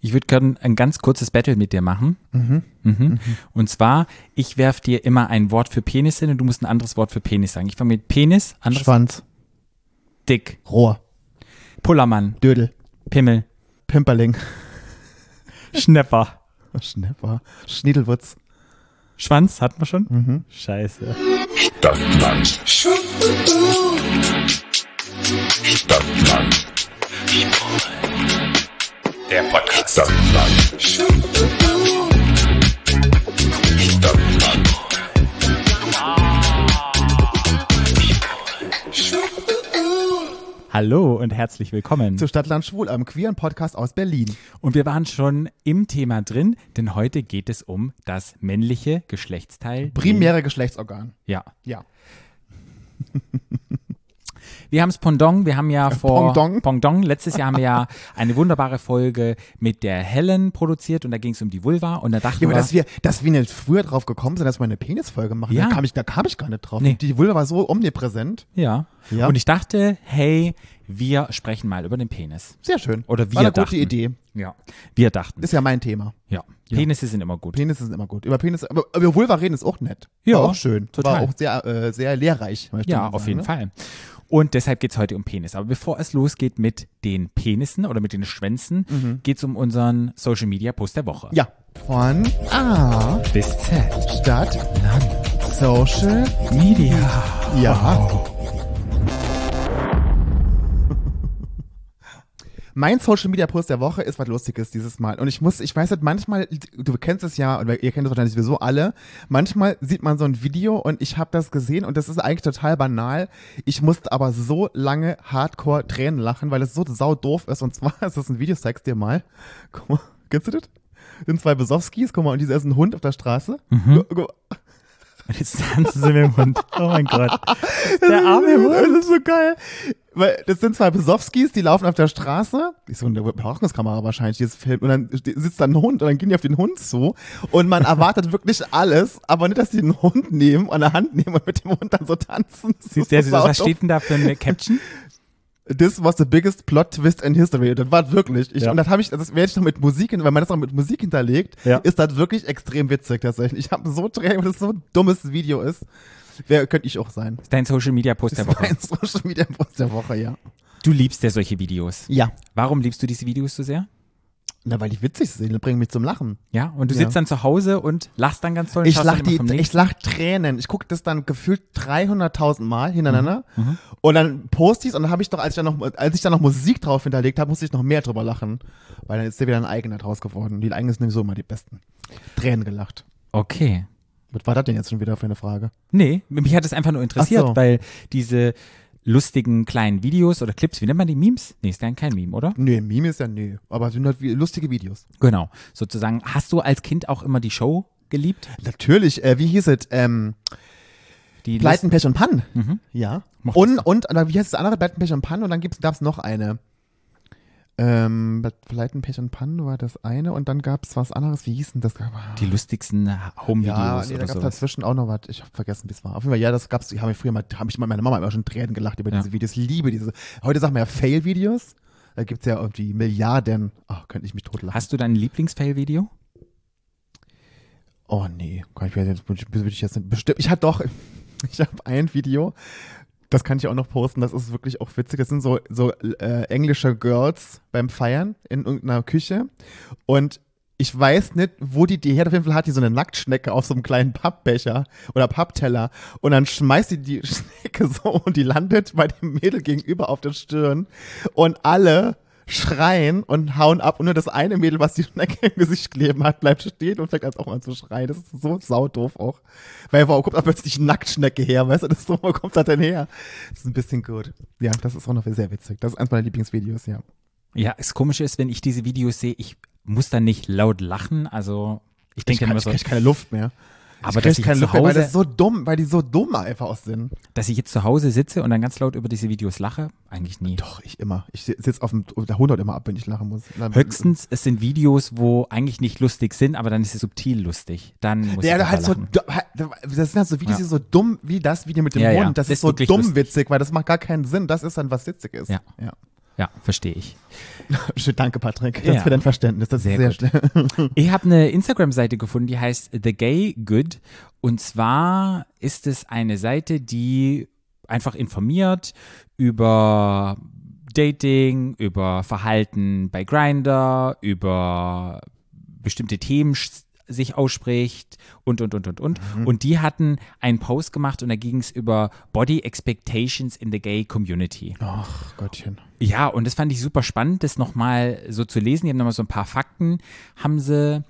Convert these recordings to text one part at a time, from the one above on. Ich würde gerne ein ganz kurzes Battle mit dir machen. Mhm. Und zwar, ich werf dir immer ein Wort für Penis hin und du musst ein anderes Wort für Penis sagen. Ich fange mit Penis, anderes Schwanz, Dick, Rohr, Pullermann, Dödel, Pimmel, Pimperling, Schnepper. Schnepper, Schniedelwurz, Schwanz hatten wir schon? Scheiße. Stadtland. Stadtland. Der Podcast. Stadtland. Stadtland. Hallo und herzlich willkommen. zu Stadtland Schwul, einem queeren Podcast aus Berlin. Und wir waren schon im Thema drin, denn heute geht es um das männliche Geschlechtsteil. Primäre Geschlechtsorgan. Ja. Ja. Wir haben es Pendant, wir haben Äh, ja vor Pendant. Pendant. Letztes Jahr haben wir ja eine wunderbare Folge mit der Helen produziert und da ging es um die Vulva und da dachten Ja, aber wir, dass wir, dass wir nicht früher drauf gekommen sind, dass wir eine Penisfolge machen, Ja. da, kam ich, da kam ich gar nicht drauf. Nee. Die Vulva war so omnipräsent. ja. Ja. Und ich dachte, hey, wir sprechen mal über den Penis. Sehr schön. Oder wir war eine dachten. gute Idee. Ja, wir dachten. Ist ja mein Thema. ja. Penisse sind immer gut. Penis sind immer gut. Über Penis, aber über Vulva reden ist auch nett. Ja, War auch schön. total. War auch sehr, äh, sehr lehrreich. möchte Ja, man auf sagen, jeden ne? Fall. Und deshalb geht's heute um Penis. Aber bevor es losgeht mit den Penissen oder mit den Schwänzen, geht's um unseren Social Media Post der Woche. Mhm. Ja. Von A Bis Z. Stadt Land Social Media. Ja. Mein Social Media Post der Woche ist was Lustiges dieses Mal. Und ich muss, ich weiß nicht, manchmal, du kennst es ja, oder ihr kennt es wahrscheinlich sowieso alle, manchmal sieht man so ein Video und ich habe das gesehen und das ist eigentlich total banal. Ich musste aber so lange hardcore Tränen lachen, weil es so sau doof ist. Und zwar ist das ein Video, ich zeig's dir mal. Guck mal, kennst du das? Sind zwei Besowskis, guck mal, und dieser ist ein Hund auf der Straße. Guck- guck- Und jetzt tanzen sie mit dem Hund. Oh mein Gott. Der arme Hund. Das ist so geil. Weil das sind zwei Besowskis, die laufen auf der Straße. Ist so eine Überwachungskamera wahrscheinlich, dieses Film. Und dann sitzt da ein Hund und dann gehen die auf den Hund zu. Und man erwartet wirklich alles, aber nicht, dass die einen Hund nehmen, an der Hand nehmen und mit dem Hund dann so tanzen. Das Siehst ist du, so also, was sau doof. steht denn da für eine Caption? This was the biggest plot twist in history. Das war wirklich. Ich, Ja. Und das habe ich, das werde ich noch mit Musik, hin- wenn man das noch mit Musik hinterlegt, Ja. ist das wirklich extrem witzig tatsächlich. Ich habe so Tränen, weil das so ein dummes Video ist. Wer könnte ich auch sein? Dein Social Media Post der Das war Woche. ein Social Media Post der Woche, ja. Du liebst ja solche Videos. Ja. Warum liebst du diese Videos so sehr? Na, weil die witzig sind, die bringen mich zum Lachen. Ja, und du Ja. sitzt dann zu Hause und lachst dann ganz toll. und Ich schaust lach, dann immer die, vom nächsten- ich lach Tränen. Ich gucke das dann gefühlt 300.000 Mal hintereinander und dann post ich's und dann habe ich doch, als ich dann noch, als ich dann noch Musik drauf hinterlegt habe, musste ich noch mehr drüber lachen, weil dann ist dir wieder ein eigener draus geworden. Die eigenen sind sowieso immer die besten. Tränen gelacht. Okay. Was war das denn jetzt schon wieder für eine Frage? Nee, mich hat es einfach nur interessiert, Ach so. weil diese lustigen kleinen Videos oder Clips, wie nennt man die Memes? Nee, ist dann kein Meme, oder? Nee, Meme ist ja nee, aber es sind halt wie- lustige Videos. Genau. Sozusagen, hast du als Kind auch immer die Show geliebt? Natürlich, äh, wie hieß es? Ähm, Die Pleiten, Pech und Pannen. Mhm. Ja. Mochte Und, und, oder wie heißt das andere? Pleiten, Pech und Pannen und dann gab es noch eine. Ähm, Pleiten, Pech und Pannen war das eine und dann gab es was anderes. Wie hieß denn das? Ah, lust- die lustigsten ja, Home-Videos nee, oder da gab es sowas. dazwischen auch noch was. Ich habe vergessen, wie es war. Auf jeden Fall, ja, das gab's. Ich habe früher mal, habe ich mal meine Mama immer schon Tränen gelacht über Ja. diese Videos. Ich liebe diese. Heute sagen wir ja Fail-Videos. Da gibt's ja irgendwie Milliarden. Ach, könnte ich mich totlachen. Hast du dein Lieblings-Fail-Video? Oh nee, kann ich mir jetzt, würde ich- würde ich jetzt nicht bestimmt. Ich hatte doch, ich habe ein Video, das kann ich auch noch posten, das ist wirklich auch witzig. Das sind so, so äh, englische Girls beim Feiern in irgendeiner Küche und ich weiß nicht, wo die die her, auf jeden Fall hat die so eine Nacktschnecke auf so einem kleinen Pappbecher oder Pappteller und dann schmeißt die die Schnecke so und die landet bei dem Mädel gegenüber auf der Stirn und alle schreien und hauen ab und nur das eine Mädel, was die Schnecke im Gesicht kleben hat, bleibt stehen und fängt halt auch an zu schreien. Das ist so saudoof auch. Weil, warum kommt da plötzlich eine Nacktschnecke her, weißt du, das ist so, wo kommt das denn her? Das ist ein bisschen gut. Ja, das ist auch noch sehr witzig. Das ist eins meiner Lieblingsvideos, ja. Ja, das Komische ist, wenn ich diese Videos sehe, ich muss dann nicht laut lachen. Also, ich denke ich dann kann, immer ich so, krieg keine Luft mehr. aber krieg dass ich, keine zu Luft mehr, weil Hause, das so dumm, weil die so dumm einfach aus sind. dass ich jetzt zu Hause sitze und dann ganz laut über diese Videos lache, eigentlich nie. Doch, ich immer. Ich sitze auf dem auf der 100 immer ab, wenn ich lachen muss. Dann- Höchstens, es sind Videos, wo eigentlich nicht lustig sind, aber dann ist es subtil lustig. Dann muss Ja, ich da halt halt so, lachen. du- halt- das sind halt so Videos, die Ja. so dumm wie das Video mit dem Ja, ja. Hund. Das, Das ist ist so wirklich dumm lustig. witzig, weil das macht gar keinen Sinn. Das ist dann, was witzig ist. Ja. ja. Ja, verstehe ich. Schön, danke, Patrick, das Ja. für dein Verständnis. Das Sehr ist sehr schnell. Ich habe eine Instagram-Seite gefunden, die heißt The Gay Good. Und zwar ist es eine Seite, die einfach informiert über Dating, über Verhalten bei Grinder, über bestimmte Themen sch- sich ausspricht und, und, und, und, und. Und die hatten einen Post gemacht und da ging es über Body Expectations in the Gay Community. Ach, Gottchen. Ja, und das fand ich super spannend, das nochmal so zu lesen. Die haben nochmal so ein paar Fakten, haben sie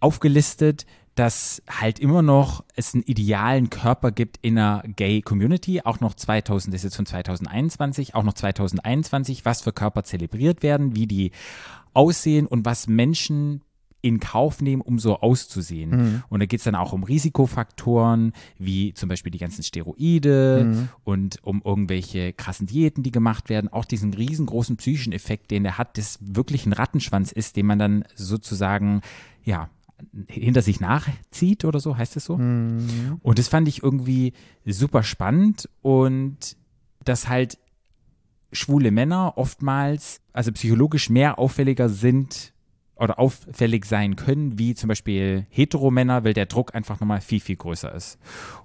aufgelistet, dass halt immer noch es einen idealen Körper gibt in der Gay-Community, auch noch 2000, das ist jetzt von 2021, auch noch 2021, was für Körper zelebriert werden, wie die aussehen und was Menschen in Kauf nehmen, um so auszusehen. Und da geht es dann auch um Risikofaktoren, wie zum Beispiel die ganzen Steroide und um irgendwelche krassen Diäten, die gemacht werden. Auch diesen riesengroßen psychischen Effekt, den der hat, das wirklich ein Rattenschwanz ist, den man dann sozusagen, ja, hinter sich nachzieht oder so, heißt es so. Und das fand ich irgendwie super spannend und dass halt schwule Männer oftmals, also psychologisch mehr auffälliger sind oder auffällig sein können, wie zum Beispiel Heteromänner, weil der Druck einfach nochmal viel, viel größer ist.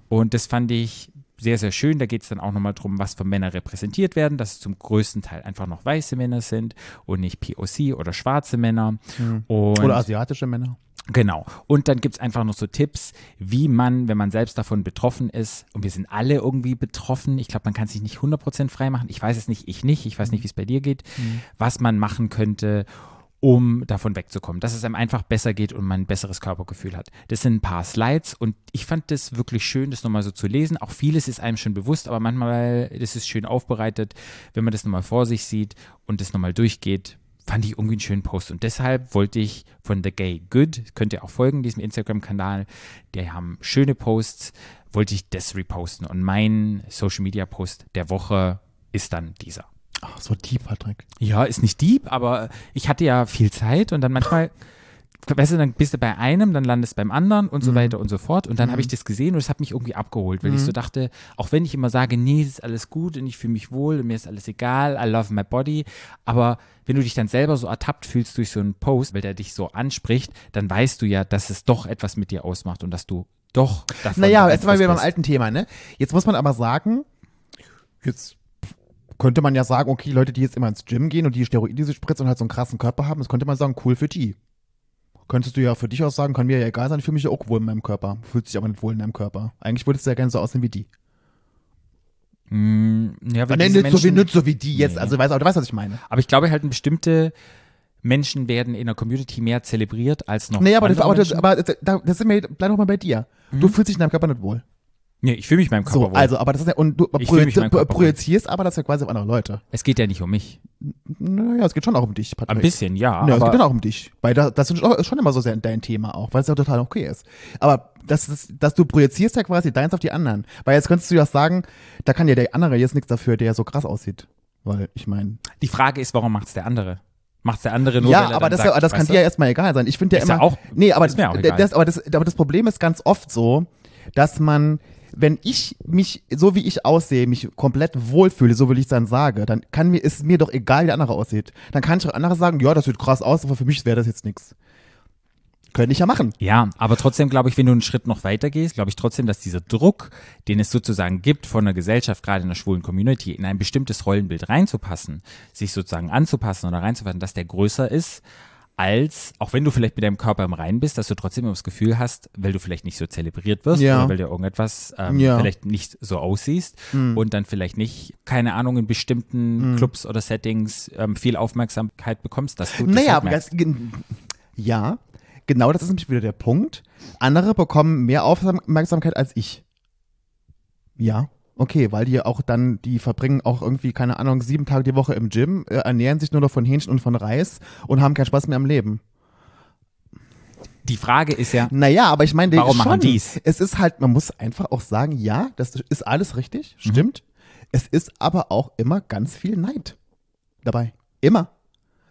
Und das fand ich sehr, sehr schön. Da geht es dann auch nochmal drum, was für Männer repräsentiert werden, dass es zum größten Teil einfach noch weiße Männer sind und nicht POC oder schwarze Männer. Und Oder asiatische Männer. Genau. Und dann gibt's einfach noch so Tipps, wie man, wenn man selbst davon betroffen ist, und wir sind alle irgendwie betroffen, ich glaube, man kann sich nicht 100% frei machen. Ich weiß es nicht, ich nicht, ich weiß nicht, wie es bei dir geht, was man machen könnte, um davon wegzukommen, dass es einem einfach besser geht und man ein besseres Körpergefühl hat. Das sind ein paar Slides und ich fand das wirklich schön, das nochmal so zu lesen. Auch vieles ist einem schon bewusst, aber manchmal ist es schön aufbereitet, wenn man das nochmal vor sich sieht und das nochmal durchgeht fand ich irgendwie einen schönen Post. Und deshalb wollte ich von The Gay Good, könnt ihr auch folgen, diesem Instagram-Kanal, die haben schöne Posts, wollte ich das reposten. Und mein Social-Media-Post der Woche ist dann dieser. Ach, so deep, Patrick. Ja, ist nicht deep, aber ich hatte ja viel Zeit und dann manchmal, weißt du, dann bist du bei einem, dann landest beim anderen Mhm. und so weiter und so fort. Und dann habe ich das gesehen und es hat mich irgendwie abgeholt, weil ich so dachte, auch wenn ich immer sage, nee, es ist alles gut und ich fühle mich wohl und mir ist alles egal, I love my body, aber wenn du dich dann selber so ertappt fühlst durch so einen Post, weil der dich so anspricht, dann weißt du ja, dass es doch etwas mit dir ausmacht und dass du doch davon Naja, jetzt beeinflusst mal wieder beim bist. alten Thema, ne? Jetzt muss man aber sagen, jetzt könnte man ja sagen, okay, Leute, die jetzt immer ins Gym gehen und die Steroide sich spritzen und halt so einen krassen Körper haben, das könnte man sagen, cool für die. Könntest du ja für dich auch sagen, kann mir ja egal sein, ich fühle mich ja auch wohl in meinem Körper. Fühlt sich aber nicht wohl in deinem Körper. Eigentlich würdest du ja gerne so aussehen wie die. Mm, ja, wenn diese Nein, nicht so wie, Menschen- nicht so wie die jetzt. Nee. Also, weißt, aber du weißt, was ich meine. Aber ich glaube halt, ein bestimmte Menschen werden in der Community mehr zelebriert als noch Nee, aber, das, andere aber, das, Menschen. Hm? aber das, da- das sind wir, bleib doch mal bei dir. Du fühlst dich in deinem Körper nicht wohl. nee, ich fühle mich meinem Körper So, wohl. also, aber das ist ja, und du Ich fühl mich in meinem Körper wohl. projizierst aber das ja quasi auf andere Leute. es geht ja nicht um mich. Naja, es geht schon auch um dich, Patrick. Ein bisschen, ja. Ja, es aber geht dann auch um dich. Weil da, das ist auch- ist schon immer so sehr dein Thema auch, weil es ja total okay ist. Aber das ist, dass du projizierst ja quasi deins auf die anderen. Weil jetzt könntest du ja sagen, da kann ja der andere jetzt nichts dafür, der so krass aussieht. Weil ich meine. die Frage ist, warum macht es der andere? Macht es der andere nur, Ja, weil er aber dann das, sagt, aber das kann weißt dir ja erstmal egal sein. Ich finde ja Ist immer. ja auch- nee, aber, ist mir auch d- egal. Das, aber, das, aber das Problem ist ganz oft so, dass man, wenn ich mich, so wie ich aussehe, mich komplett wohlfühle, so will ich dann sage, dann kann mir, ist mir doch egal, wie der andere aussieht. Dann kann ich auch andere sagen, ja, das sieht krass aus, aber für mich wäre das jetzt nichts. Könnte ich ja machen. Ja, aber trotzdem glaube ich, wenn du einen Schritt noch weiter gehst, glaube ich trotzdem, dass dieser Druck, den es sozusagen gibt von der Gesellschaft, gerade in der schwulen Community, in ein bestimmtes Rollenbild reinzupassen, sich sozusagen anzupassen oder reinzupassen, dass der größer ist, als, auch wenn du vielleicht mit deinem Körper im Reinen bist, dass du trotzdem immer das Gefühl hast, weil du vielleicht nicht so zelebriert wirst Ja. oder weil du irgendetwas ähm, Ja. Hm. vielleicht nicht so aussiehst und dann vielleicht nicht, keine Ahnung, in bestimmten Clubs oder Settings ähm, viel Aufmerksamkeit bekommst, dass du das Naja, halt aber merkst. das, gen- ja, genau das ist nämlich wieder der Punkt. Andere bekommen mehr Aufmerksamkeit als ich. Ja, okay, weil die auch dann, die verbringen auch irgendwie, keine Ahnung, sieben Tage die Woche im Gym, äh, ernähren sich nur noch von Hähnchen und von Reis und haben keinen Spaß mehr am Leben. die Frage ist ja, Naja, aber ich meine, Warum schon, machen die's? es ist halt, man muss einfach auch sagen, ja, das ist alles richtig, Mhm. stimmt. Es ist aber auch immer ganz viel Neid dabei. Immer.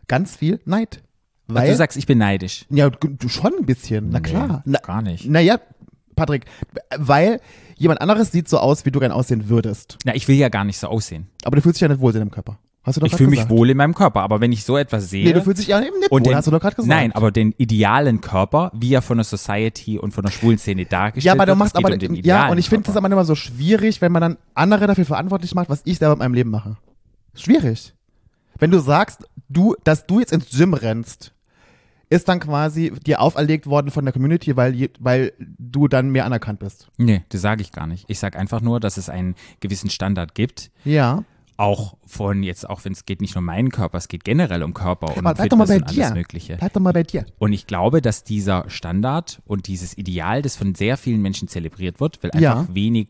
Ganz viel Neid. Weil also du sagst, ich bin neidisch. Ja, du du schon ein bisschen, na Nee, klar. Na, gar nicht. Naja, Patrick, weil jemand anderes sieht so aus, wie du gern aussehen würdest. Na, ich will ja gar nicht so aussehen. Aber du fühlst dich ja nicht wohl in deinem Körper. Hast du doch ich grad fühle mich gesagt. wohl in meinem Körper, aber wenn ich so etwas sehe. Nee, du fühlst dich ja eben nicht und wohl, den, hast du doch gerade gesagt. Nein, aber den idealen Körper, wie er von der Society und von der schwulen Szene dargestellt Ja, aber wird, du es machst geht aber, um den ja, und idealen ich finde das Körper. aber immer so schwierig, wenn man dann andere dafür verantwortlich macht, was ich selber in meinem Leben mache. Schwierig. Wenn du sagst, du, dass du jetzt ins Gym rennst, ist dann quasi dir auferlegt worden von der Community, weil, je- weil du dann mehr anerkannt bist. Nee, das sage ich gar nicht. Ich sage einfach nur, dass es einen gewissen Standard gibt. Ja. Auch von jetzt, auch wenn es geht nicht nur um meinen Körper, es geht generell um Körper und Aber um bleib doch mal Fitness bei und alles dir. Mögliche. Bleib doch mal bei dir. Und ich glaube, dass dieser Standard und dieses Ideal, das von sehr vielen Menschen zelebriert wird, weil Ja. einfach wenig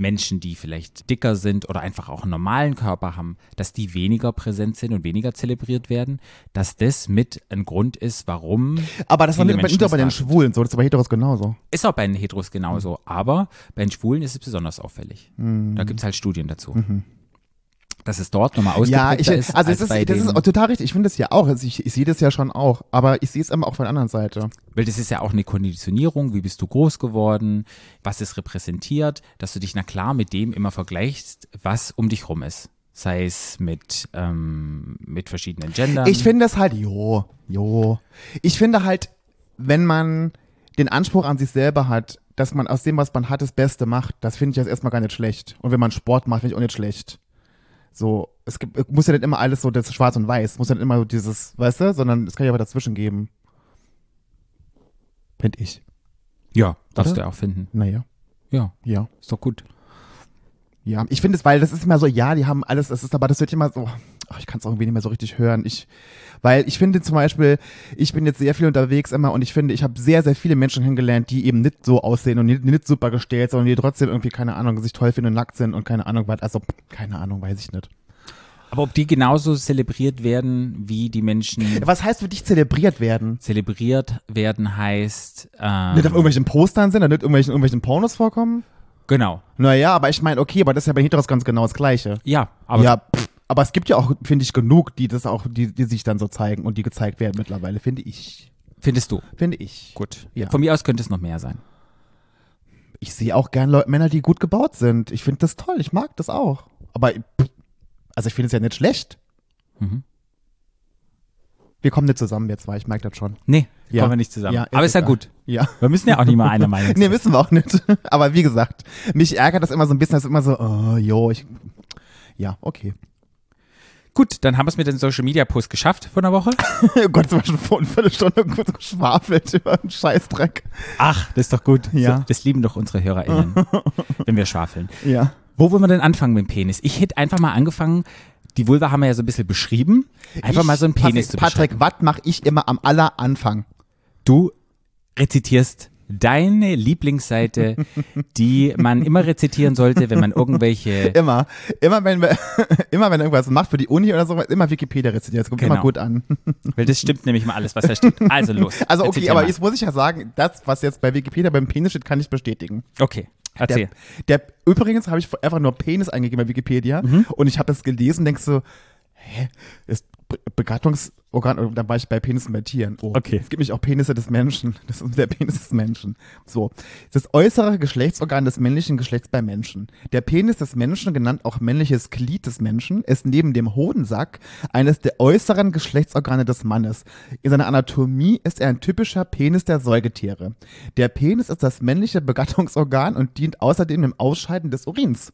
Menschen, die vielleicht dicker sind oder einfach auch einen normalen Körper haben, dass die weniger präsent sind und weniger zelebriert werden, dass das mit ein Grund ist, warum. Aber das war viele nicht Menschen nicht nur bei den das darstellen. Schwulen so, das ist bei Heteros genauso. Ist auch bei den Heteros genauso, aber bei den Schwulen ist es besonders auffällig. Mhm. Da gibt es halt Studien dazu. Dass es dort nochmal Ja, ich, ausgeprägter ist. also als es ist, bei das den, ist auch total richtig. Ich finde das ja auch. Also ich, ich sehe das ja schon auch. Aber ich sehe es immer auch von der anderen Seite. Weil das ist ja auch eine Konditionierung, wie bist du groß geworden, was es repräsentiert, dass du dich na klar mit dem immer vergleichst, was um dich rum ist. Sei es mit, ähm, mit verschiedenen Gendern. Ich finde das halt, jo, jo. Ich finde halt, wenn man den Anspruch an sich selber hat, dass man aus dem, was man hat, das Beste macht, das finde ich jetzt erstmal gar nicht schlecht. Und wenn man Sport macht, finde ich auch nicht schlecht. So, es gibt, äh, muss ja nicht immer alles so, das ist schwarz und weiß, muss ja nicht immer so dieses, weißt du, sondern es kann ja aber dazwischen geben. Finde ich. ja, darfst du Oder? ja auch finden. Naja, Ja, ja. ist doch gut. Ja, ich finde es, weil das ist immer so, ja, die haben alles, das ist aber, das wird immer so, oh, ich kann es irgendwie nicht mehr so richtig hören. Ich, weil ich finde zum Beispiel, ich bin jetzt sehr viel unterwegs immer und ich finde, ich habe sehr, sehr viele Menschen kennengelernt, die eben nicht so aussehen und nicht, nicht super gestellt, sondern die trotzdem irgendwie, keine Ahnung, sich toll finden und nackt sind und keine Ahnung was, also keine Ahnung, weiß ich nicht. Aber ob die genauso zelebriert werden, wie die Menschen Was heißt für dich zelebriert werden? zelebriert werden, heißt. Nicht auf Ähm, irgendwelchen Postern sind, oder nicht irgendwelchen, irgendwelchen Pornos vorkommen? genau. Naja, aber ich meine, okay, aber das ist ja bei Heteros ganz genau das Gleiche. Ja, aber ja, pff, aber es gibt ja auch, finde ich, genug, die das auch, die, die sich dann so zeigen und die gezeigt werden mittlerweile, finde ich. findest du. Finde ich. Gut. Ja. Von mir aus könnte es noch mehr sein. Ich sehe auch gern Leute, Männer, die gut gebaut sind. Ich finde das toll. Ich mag das auch. Aber pff, also ich finde es ja nicht schlecht. Mhm. Wir kommen nicht zusammen jetzt, weil ich merke das schon. Nee, kommen wir nicht zusammen. Ja, aber ist ja egal. gut. Ja. Wir müssen ja auch nicht mal einer Meinung sein. Nee, wissen wir auch nicht. Aber wie gesagt, mich ärgert das immer so ein bisschen, dass immer so, oh, jo, ich. Ja, okay. Gut, dann haben wir es mit den Social Media Posts geschafft von der Woche. Oh Gott, das war schon vor einer Viertelstunde kurz geschwafelt über einen Scheißdreck. Ach, das ist doch gut. Ja. So, das lieben doch unsere HörerInnen, wenn wir schwafeln. Ja. Wo wollen wir denn anfangen mit dem Penis? Ich hätte einfach mal angefangen, die Vulva haben wir ja so ein bisschen beschrieben. Einfach Ich- mal so einen Penis zu beschreiben. Patrick, was mache ich immer am aller Anfang? Du rezitierst deine Lieblingsseite, die man immer rezitieren sollte, wenn man irgendwelche Immer. Immer wenn, wir, immer wenn irgendwas macht für die Uni oder sowas, immer Wikipedia rezitiert. Das kommt Genau. immer gut an. Weil das stimmt nämlich mal alles, was da steht. Also los. Also okay, Rezitier aber mal. jetzt muss ich ja sagen, das, was jetzt bei Wikipedia beim Penis steht, kann ich bestätigen. Okay, erzähl. Der, der, übrigens habe ich einfach nur Penis eingegeben bei Wikipedia Mhm. und ich habe das gelesen und denkst so, hä, ist Be- Begattungsorgan, und dann war ich bei Penis und bei Tieren. Oh, Okay. Es gibt mich auch Penisse des Menschen. Das ist der Penis des Menschen. So. Das äußere Geschlechtsorgan des männlichen Geschlechts bei Menschen. Der Penis des Menschen, genannt auch männliches Glied des Menschen, ist neben dem Hodensack eines der äußeren Geschlechtsorgane des Mannes. In seiner Anatomie ist er ein typischer Penis der Säugetiere. Der Penis ist das männliche Begattungsorgan und dient außerdem dem Ausscheiden des Urins.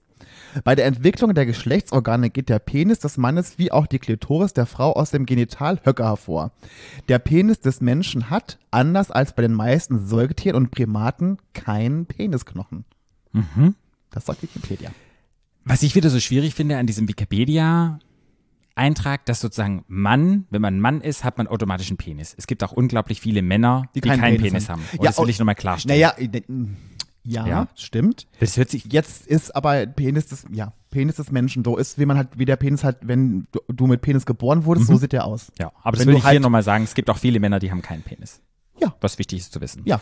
Bei der Entwicklung der Geschlechtsorgane geht der Penis des Mannes wie auch die Klitoris der Frau aus dem Genitalhöcker hervor. Der Penis des Menschen hat, anders als bei den meisten Säugetieren und Primaten, keinen Penisknochen. Mhm. Das sagt Wikipedia. Was ich wieder so schwierig finde an diesem Wikipedia-Eintrag, dass sozusagen Mann, wenn man Mann ist, hat man automatisch einen Penis. Es gibt auch unglaublich viele Männer, die, keinen, Penis, haben. Und Ja, das will und- ich nochmal klarstellen. Naja, äh, n- ja, Ja. stimmt. Das hört sich. Jetzt ist aber Penis des, ja, Penis des Menschen so ist, wie man halt, wie der Penis halt, wenn du, du mit Penis geboren wurdest, Mhm. so sieht der aus. Ja, aber das Wenn will du ich hier halt- nochmal sagen. Es gibt auch viele Männer, die haben keinen Penis. Ja. Was wichtig ist zu wissen. Ja.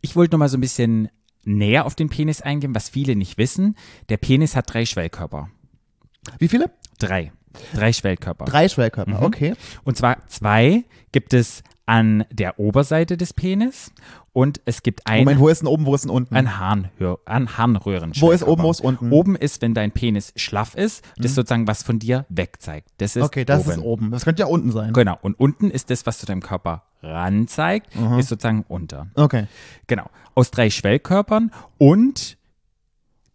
Ich wollte nochmal so ein bisschen näher auf den Penis eingehen, was viele nicht wissen. Der Penis hat drei Schwellkörper. Wie viele? Drei. Drei Schwellkörper. Drei Schwellkörper, Mhm. okay. Und zwar zwei gibt es an der Oberseite des Penis und es gibt einen Moment, wo ist denn oben, wo ist denn unten? an, Harnhör, an Harnröhren. Wo ist oben, wo ist unten? Mhm. Oben ist, wenn dein Penis schlaff ist, das sozusagen was von dir wegzeigt. Das ist okay, das oben. ist oben. Das könnte ja unten sein. Genau. Und unten ist das, was zu deinem Körper ranzeigt, Mhm. ist sozusagen unter. Okay. Genau. Aus drei Schwellkörpern und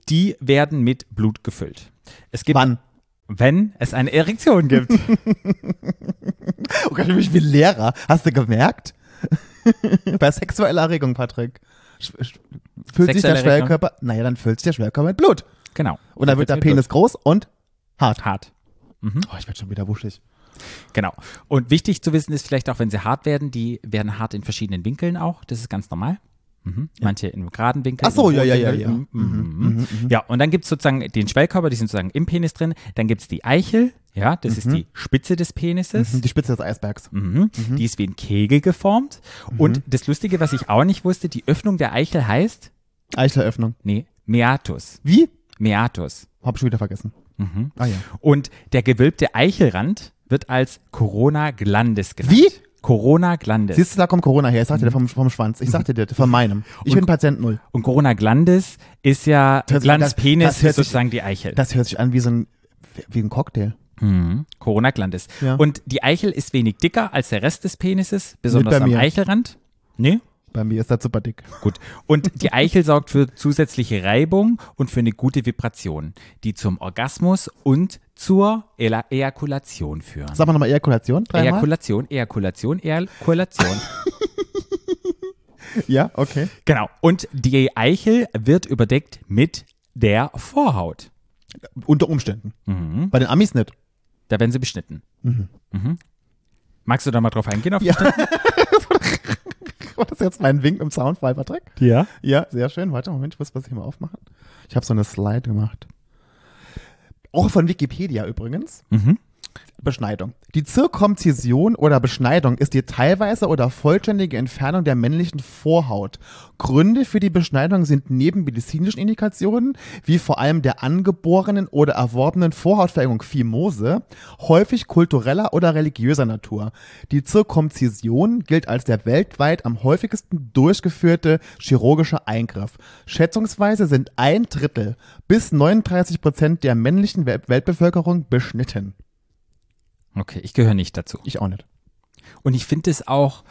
die werden mit Blut gefüllt. Es gibt, Wann? wenn es eine Erektion gibt. Oh Gott, ich bin mich wie Lehrer. Hast du gemerkt? Bei sexueller Erregung, Patrick. Sch- sch- Füllt sich Sexuelle der Erregung? Schwellkörper, naja, dann füllt sich der Schwellkörper mit Blut. genau. Und dann wird der Penis groß und hart. hart. Mhm. Oh, ich werde schon wieder wuschig. Genau. Und wichtig zu wissen ist vielleicht auch, wenn sie hart werden, die werden hart in verschiedenen Winkeln auch. Das ist ganz normal. Mhm. Manche im geraden Winkel. Ach so, im ja, ja, ja, hohen Winkel. ja. Mhm. Mhm. Ja, und dann gibt es sozusagen den Schwellkörper, die sind sozusagen im Penis drin. Dann gibt es die Eichel, ja, das Mhm. ist die Spitze des Penises. Die Spitze des Eisbergs. Mhm. Die ist wie ein Kegel geformt. Mhm. Und das Lustige, was ich auch nicht wusste, die Öffnung der Eichel heißt, Eichelöffnung. nee, Meatus. Wie? Meatus. Hab ich schon wieder vergessen. Mhm. Ah ja. Und der gewölbte Eichelrand wird als Corona Glandis genannt. Wie? Corona Glandis. Siehst du, da kommt Corona her. Ich sagte dir vom, vom Schwanz. Ich sagte dir von meinem. Ich bin Patient Null. Mhm. Und Corona Glandis ist ja, Das- Glandis das- Penis das hört ist sich- sozusagen die Eichel. Das hört sich an wie so ein, wie ein Cocktail. Mhm. Corona Glandis. Ja. Und die Eichel ist wenig dicker als der Rest des Penises, besonders bei am mir. Eichelrand. Nee? Bei mir ist das super dick. Gut. Und die Eichel sorgt für zusätzliche Reibung und für eine gute Vibration, die zum Orgasmus und zur Ela Ejakulation führen. Sag mal nochmal Ejakulation. Dreimal. Ejakulation, Ejakulation, Ejakulation. ja, okay. genau. Und die Eichel wird überdeckt mit der Vorhaut. Unter Umständen. Bei den Amis nicht. Da werden sie beschnitten. Mhm. Magst du da mal drauf eingehen? Auf ja. War das jetzt mein Wink im Soundfall, Patrick? ja. Ja, sehr schön. Warte, Moment, ich muss was hier mal aufmachen. Ich habe so eine Slide gemacht. Auch von Wikipedia übrigens. Beschneidung. Die Zirkumzision oder Beschneidung ist die teilweise oder vollständige Entfernung der männlichen Vorhaut. Gründe für die Beschneidung sind neben medizinischen Indikationen, wie vor allem der angeborenen oder erworbenen Vorhautverengung Fimose, häufig kultureller oder religiöser Natur. Die Zirkumzision gilt als der weltweit am häufigsten durchgeführte chirurgische Eingriff. Schätzungsweise sind ein Drittel bis 39 Prozent der männlichen Wel- Weltbevölkerung beschnitten. Okay, ich gehöre nicht dazu. Ich auch nicht. Und ich finde es auch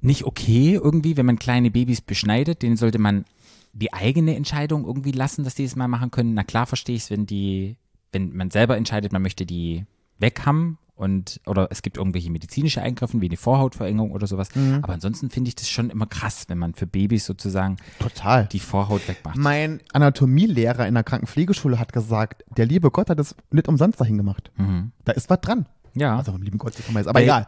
nicht okay irgendwie, wenn man kleine Babys beschneidet, denen sollte man die eigene Entscheidung irgendwie lassen, dass die es mal machen können. Na klar verstehe ich es, wenn die, wenn man selber entscheidet, man möchte die weg haben und oder es gibt irgendwelche medizinische Eingriffe wie eine Vorhautverengung oder sowas. Aber ansonsten finde ich das schon immer krass, wenn man für Babys sozusagen Total. die Vorhaut wegmacht. mein Anatomielehrer in der Krankenpflegeschule hat gesagt, der liebe Gott hat es nicht umsonst dahin gemacht. Da ist was dran. Mhm. ja. Also vom lieben Gott, kann man jetzt, aber Weil- egal.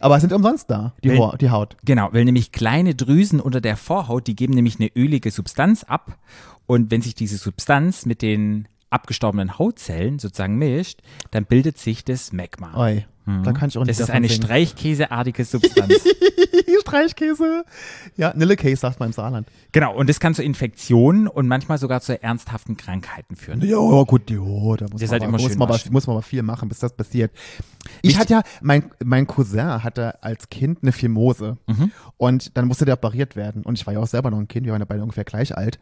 Aber es sind umsonst da, die, Weil- Ho- die Haut. Genau, weil nämlich kleine Drüsen unter der Vorhaut, die geben nämlich eine ölige Substanz ab. Und wenn sich diese Substanz mit den abgestorbenen Hautzellen sozusagen mischt, dann bildet sich das Magma. Oi, da kann ich auch Mhm. Das nicht ist davon eine singen. streichkäseartige Substanz. Streichkäse. Ja, Nillekäse sagt man im Saarland. genau, und das kann zu Infektionen und manchmal sogar zu ernsthaften Krankheiten führen. Ja, ja, gut, ja, da muss, Ihr man, seid aber, immer muss, schön man aber, waschen. muss man aber viel machen, bis das passiert. Ich hatte ja, mein, mein Cousin hatte als Kind eine Phimose Mhm. und dann musste der operiert werden und ich war ja auch selber noch ein Kind, wir waren ja beide ungefähr gleich alt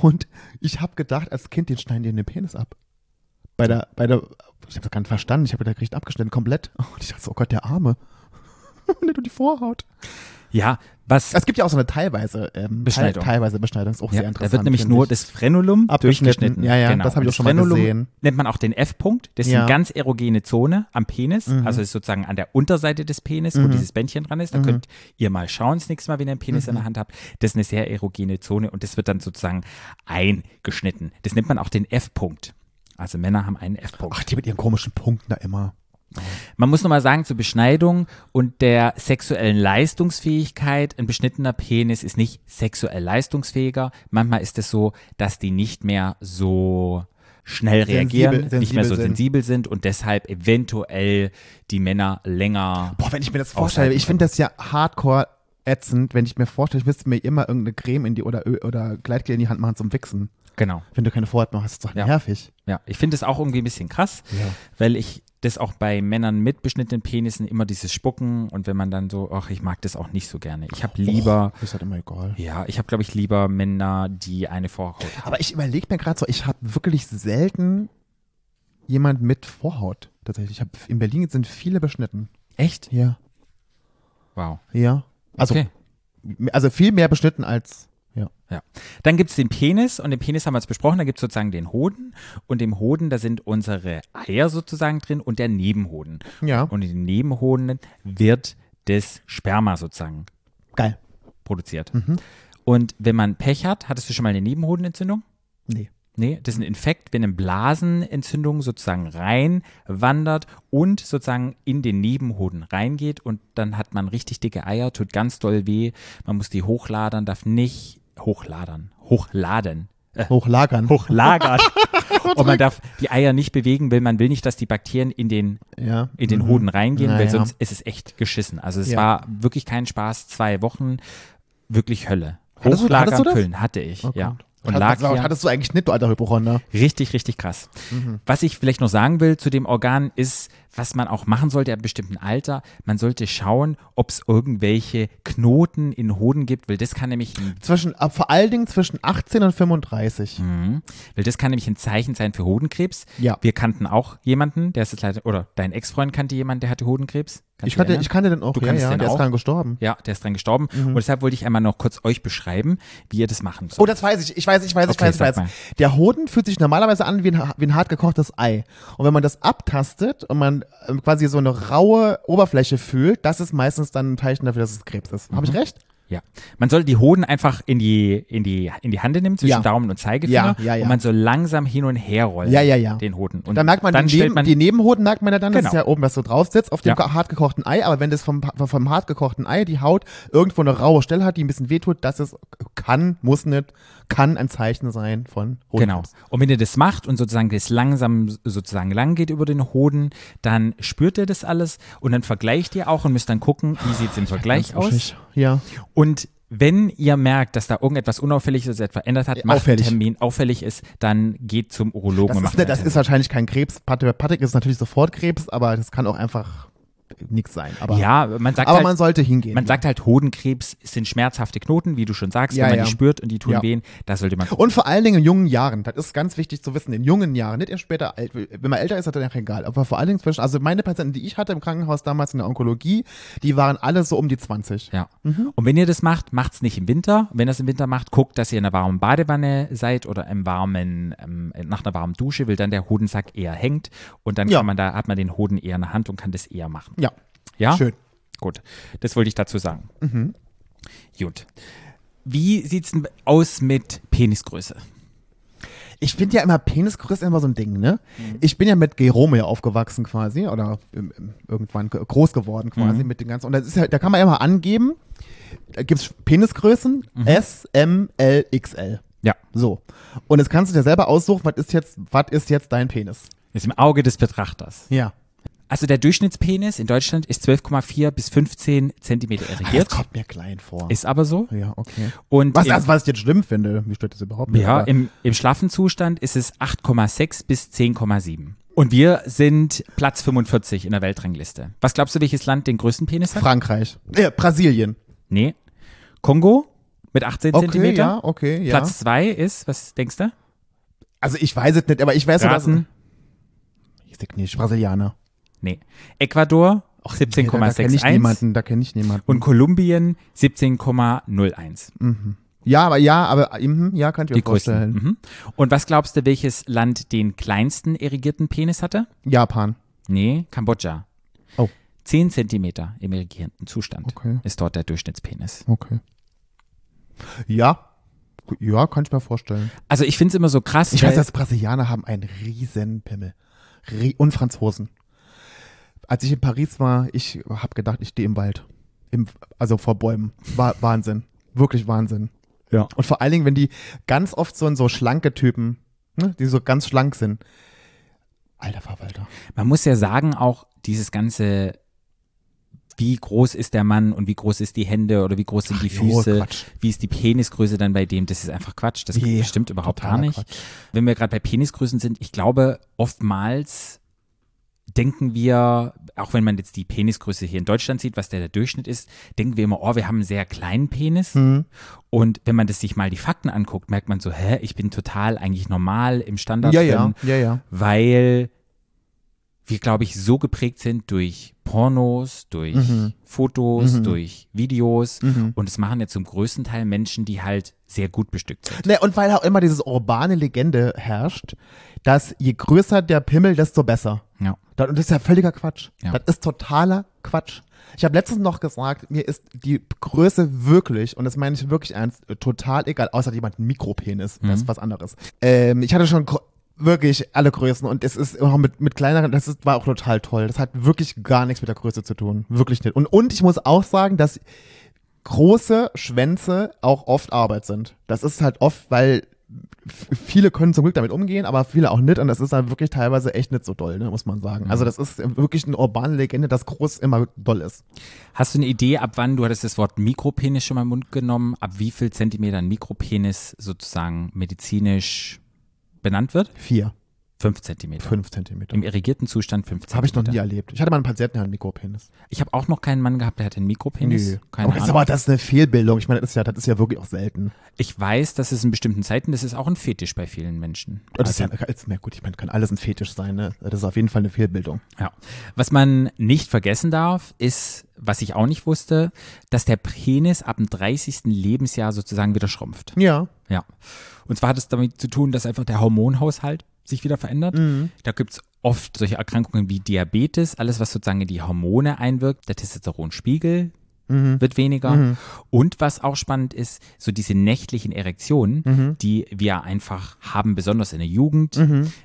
und ich habe gedacht, als Kind, den schneiden die den Penis ab. Bei der, bei der, ich habe das gar nicht verstanden, ich habe der kriegt abgeschnitten, komplett. Und ich dachte so, oh Gott, der Arme. Nicht nur die Vorhaut. Ja, was Es gibt ja auch so eine teilweise ähm, Beschneidung. Teil, teilweise Beschneidung, ist auch sehr ja, interessant. da wird nämlich finde nur ich. das Frenulum Abgeschnitten. durchgeschnitten. Genau. Ja, ja, das habe Und ich auch schon mal Frenulum gesehen. Nennt man auch den F-Punkt. Das ist Ja. Mhm. eine ganz erogene Zone am Penis. Also ist sozusagen an der Unterseite des Penis, wo dieses Bändchen dran ist. Da könnt ihr mal schauen, das nächste Mal, wenn ihr einen Penis Mhm. in der Hand habt. Das ist eine sehr erogene Zone und das wird dann sozusagen eingeschnitten. Das nennt man auch den F-Punkt. Also Männer haben einen F-Punkt. Ach, die mit ihren komischen Punkten da immer. Man muss nochmal sagen, zur Beschneidung und der sexuellen Leistungsfähigkeit, ein beschnittener Penis ist nicht sexuell leistungsfähiger. Manchmal ist es so, dass die nicht mehr so schnell Sensibel- reagieren, nicht mehr so sensibel sensibel sind. sind und deshalb eventuell die Männer länger. Boah, wenn ich mir das aushalten vorstelle, ich finde das ja hardcore ätzend, wenn ich mir vorstelle, ich müsste mir immer irgendeine Creme in die oder, Ö- oder Gleitgel in die Hand machen zum Wichsen. Genau. Wenn du keine Vorhaut mehr hast, ist doch Ja. nervig. Ja, ich finde das auch irgendwie ein bisschen krass, Ja. weil ich das auch bei Männern mit beschnittenen Penissen immer dieses Spucken und wenn man dann so, ach, ich mag das auch nicht so gerne. Ich habe lieber, Och, ist halt immer egal. ja, ich habe, glaube ich, lieber Männer, die eine Vorhaut haben. Aber ich überlege mir gerade so, ich habe wirklich selten jemand mit Vorhaut. Tatsächlich. Ich hab, in Berlin sind viele beschnitten. Echt? Ja. Wow. Ja. Also, Okay. also viel mehr beschnitten als. Ja. Ja. Dann gibt's den Penis und den Penis haben wir jetzt besprochen. Da gibt's sozusagen den Hoden und im Hoden, da sind unsere Eier sozusagen drin und der Nebenhoden. Ja. Und in den Nebenhoden wird das Sperma sozusagen Geil. produziert. Und wenn man Pech hat, hattest du schon mal eine Nebenhodenentzündung? Nee. Nee, das ist ein Infekt, wenn eine Blasenentzündung sozusagen reinwandert und sozusagen in den Nebenhoden reingeht und dann hat man richtig dicke Eier, tut ganz doll weh, man muss die hochladern, darf nicht hochladern, hochladen, äh, Hochlagern. hochlagern. und man darf die Eier nicht bewegen, weil man will nicht, dass die Bakterien in den Ja. in den Hoden reingehen, Mhm. Naja. weil sonst ist es echt geschissen. Also es Ja. war wirklich kein Spaß, zwei Wochen wirklich Hölle. Hattest du- hattest Hochlager du das? Oh Köln hatte ich, ja. Und Hat- lag hat- hier. Hattest du eigentlich nicht, du alter Hypochonder? Richtig, richtig krass. Mhm. Was ich vielleicht noch sagen will zu dem Organ ist, was man auch machen sollte ab bestimmten Alter, man sollte schauen, ob es irgendwelche Knoten in Hoden gibt, weil das kann nämlich ein, Zwischen, ab- vor allen Dingen zwischen 18 und 35. mhm. weil das kann nämlich ein Zeichen sein für Hodenkrebs. Ja. Wir kannten auch jemanden, der ist jetzt leider, oder dein Ex-Freund kannte jemanden, der hatte Hodenkrebs. Kannst Ich du dich kannte, erinnern? ich Mhm. kannte den auch. Du ja, kanntest ja, den der auch? ist dran gestorben. Ja, der ist dran gestorben. Und deshalb wollte ich einmal noch kurz euch beschreiben, wie ihr das machen sollt. Oh, das weiß ich. Ich weiß, ich weiß, ich Okay, weiß, ich sag weiß. mal. Der Hoden fühlt sich normalerweise an wie ein, ha- wie ein hart gekochtes Ei. Und wenn man das abtastet und man ähm, quasi so eine raue Oberfläche fühlt, das ist meistens dann ein Zeichen dafür, dass es Krebs ist. Habe Mhm. ich recht? Ja. Man soll die Hoden einfach in die, in die, in die Hand nehmen, zwischen Ja. Daumen und Zeigefinger. Ja, ja, ja. Und man soll langsam hin und her rollen. Ja, ja, ja. Den Hoden. Und dann merkt man, dann die, stellt Neben, man, die Nebenhoden merkt man ja dann, das Genau. ist ja oben, was so drauf sitzt, auf dem Ja. hart gekochten Ei. Aber wenn das vom, vom, vom hart gekochten Ei die Haut irgendwo eine raue Stelle hat, die ein bisschen wehtut, das ist, kann, muss nicht, kann ein Zeichen sein von Genau. Hodenkrebs. Und wenn ihr das macht und sozusagen das langsam sozusagen lang geht über den Hoden, dann spürt ihr das alles und dann vergleicht ihr auch und müsst dann gucken, wie sieht es im Vergleich aus. Uschig. Ja. Und wenn ihr merkt, dass da irgendetwas Unauffälliges etwas verändert hat, Ja, macht einen auffällig. Termin auffällig ist, dann geht zum Urologen Das und ist, ne, macht halt einen das Termin. ist wahrscheinlich kein Krebs. Pat- Patrick ist natürlich sofort Krebs, aber das kann auch einfach nichts sein. Aber, ja, man sagt aber halt, man sollte hingehen. Man sagt halt, Hodenkrebs sind schmerzhafte Knoten, wie du schon sagst, ne? Ja, wenn man ja. die spürt und die tun Ja. wehen, da sollte man. und vor allen Dingen in jungen Jahren, das ist ganz wichtig zu wissen, in jungen Jahren, nicht erst später alt, wenn man älter ist, hat dann auch egal, aber vor allen Dingen zwischen, also meine Patienten, die ich hatte im Krankenhaus damals in der Onkologie, die waren alle so um die 20. Ja. Mhm. Und wenn ihr das macht, macht's nicht im Winter. Und wenn ihr es im Winter macht, guckt, dass ihr in einer warmen Badewanne seid oder im warmen, ähm, nach einer warmen Dusche, weil dann der Hodensack eher hängt und dann Ja. kann man da, hat man den Hoden eher in der Hand und kann das eher machen. Ja. Ja? Schön. Mhm. Gut. Das wollte ich dazu sagen. Gut. Wie sieht's denn aus mit Penisgröße? Ich finde ja immer, Penisgröße ist immer so ein Ding, ne? Ich bin ja mit Gerome ja aufgewachsen quasi oder ähm, ähm, irgendwann ge- groß geworden quasi mit den ganzen. Und das ist ja, da kann man ja mal angeben, da gibt es Penisgrößen S, M, L, XL. Ja. So. Und jetzt kannst du dir selber aussuchen, was ist jetzt, was ist jetzt dein Penis? Ist im Auge des Betrachters. Ja. Also der Durchschnittspenis in Deutschland ist 12,4 bis 15 Zentimeter Das erigiert. kommt mir klein vor. Ist aber so. ja, okay. Und Was, im, das, was ich jetzt schlimm finde, wie stört das überhaupt nicht? ja, aber- im, im schlaffen Zustand ist es 8,6 bis 10,7. Und wir sind Platz 45 in der Weltrangliste. Was glaubst du, welches Land den größten Penis hat? Frankreich. Äh, Brasilien. nee. Kongo mit 18 Okay, Zentimeter. ja, okay, ja. Platz 2 ist, was denkst du? also ich weiß es nicht, aber ich weiß so, dass. Raten? Ich sag nicht, Brasilianer. Nee. Ecuador Da kenne ich 17,61 niemanden, da kenne ich niemanden. und Kolumbien 17,01. ja, aber ja, aber mhm, ja, kann ich mir Die größten. vorstellen. Mhm. Und was glaubst du, welches Land den kleinsten erigierten Penis hatte? Japan. Nee, Kambodscha. Oh. 10 Zentimeter im regierenden Zustand Okay. ist dort der Durchschnittspenis. Okay. Ja. Ja, kann ich mir vorstellen. Also ich finde es immer so krass. Ich weil, weiß, dass Brasilianer haben einen riesen Pimmel. Rie und Franzosen. Als ich in Paris war, ich habe gedacht, ich stehe im Wald. Im, also vor Bäumen. War Wahnsinn. Wirklich Wahnsinn. Ja. Und vor allen Dingen, wenn die ganz oft so, so schlanke Typen, ne, die so ganz schlank sind. Alter Verwalter. man muss ja sagen, auch dieses ganze wie groß ist der Mann und wie groß ist die Hände oder wie groß sind die Ach, Junge, Füße, Quatsch. wie ist die Penisgröße dann bei dem, das ist einfach Quatsch, das Nee, stimmt überhaupt gar totaler nicht. Quatsch. Wenn wir gerade bei Penisgrößen sind, ich glaube, oftmals denken wir, auch wenn man jetzt die Penisgröße hier in Deutschland sieht, was der, der Durchschnitt ist, denken wir immer, oh, wir haben einen sehr kleinen Hm. Penis. Mhm. Und wenn man das sich mal die Fakten anguckt, merkt man so, hä, ich bin total eigentlich normal im Standard Ja, drin, ja, ja, ja. weil wir, glaube ich, so geprägt sind durch Pornos, durch Mhm. Fotos, durch Videos. Und es machen ja zum größten Teil Menschen, die halt sehr gut bestückt sind. Ne, und weil auch immer diese urbane Legende herrscht, dass je größer der Pimmel, desto besser. Ja. Das, und das ist ja völliger Quatsch. Ja. Das ist totaler Quatsch. Ich habe letztens noch gesagt, mir ist die Größe wirklich, und das meine ich wirklich ernst, total egal, außer jemand einen Mikropenis. Das Mhm. ist was anderes. Ähm, ich hatte schon gro- wirklich alle Größen und es ist auch mit, mit kleineren, das ist, war auch total toll. Das hat wirklich gar nichts mit der Größe zu tun. Wirklich nicht. Und, und ich muss auch sagen, dass große Schwänze auch oft Arbeit sind. Das ist halt oft, weil f- viele können zum Glück damit umgehen, aber viele auch nicht. Und das ist dann wirklich teilweise echt nicht so doll, ne, muss man sagen. Mhm. Also das ist wirklich eine urbane Legende, dass groß immer doll ist. Hast du eine Idee, ab wann, du hattest das Wort Mikropenis schon mal im Mund genommen, ab wie viel Zentimeter ein Mikropenis sozusagen medizinisch benannt wird? Vier, Fünf Zentimeter. fünf Zentimeter. Im irrigierten Zustand fünf Zentimeter. Habe ich noch nie erlebt. Ich hatte mal einen Patienten, der hat einen Mikropenis. Ich habe auch noch keinen Mann gehabt, der hatte einen Mikropenis. Nö. Keine aber, das ist Ahnung. aber das ist eine Fehlbildung. Ich meine, das ist ja, das ist ja wirklich auch selten. Ich weiß, dass es in bestimmten Zeiten, das ist auch ein Fetisch bei vielen Menschen. Also, Und Das ist ja, ist, na gut, ich meine, kann alles ein Fetisch sein, ne? Das ist auf jeden Fall eine Fehlbildung. Ja. Was man nicht vergessen darf, ist, was ich auch nicht wusste, dass der Penis ab dem 30. Lebensjahr sozusagen wieder schrumpft. Ja. Ja. Und zwar hat es damit zu tun, dass einfach der Hormonhaushalt sich wieder verändert. Da gibt's oft solche Erkrankungen wie Diabetes, alles, was sozusagen in die Hormone einwirkt, der Testosteronspiegel. Wird weniger. Und was auch spannend ist, so diese nächtlichen Erektionen, die wir einfach haben, besonders in der Jugend,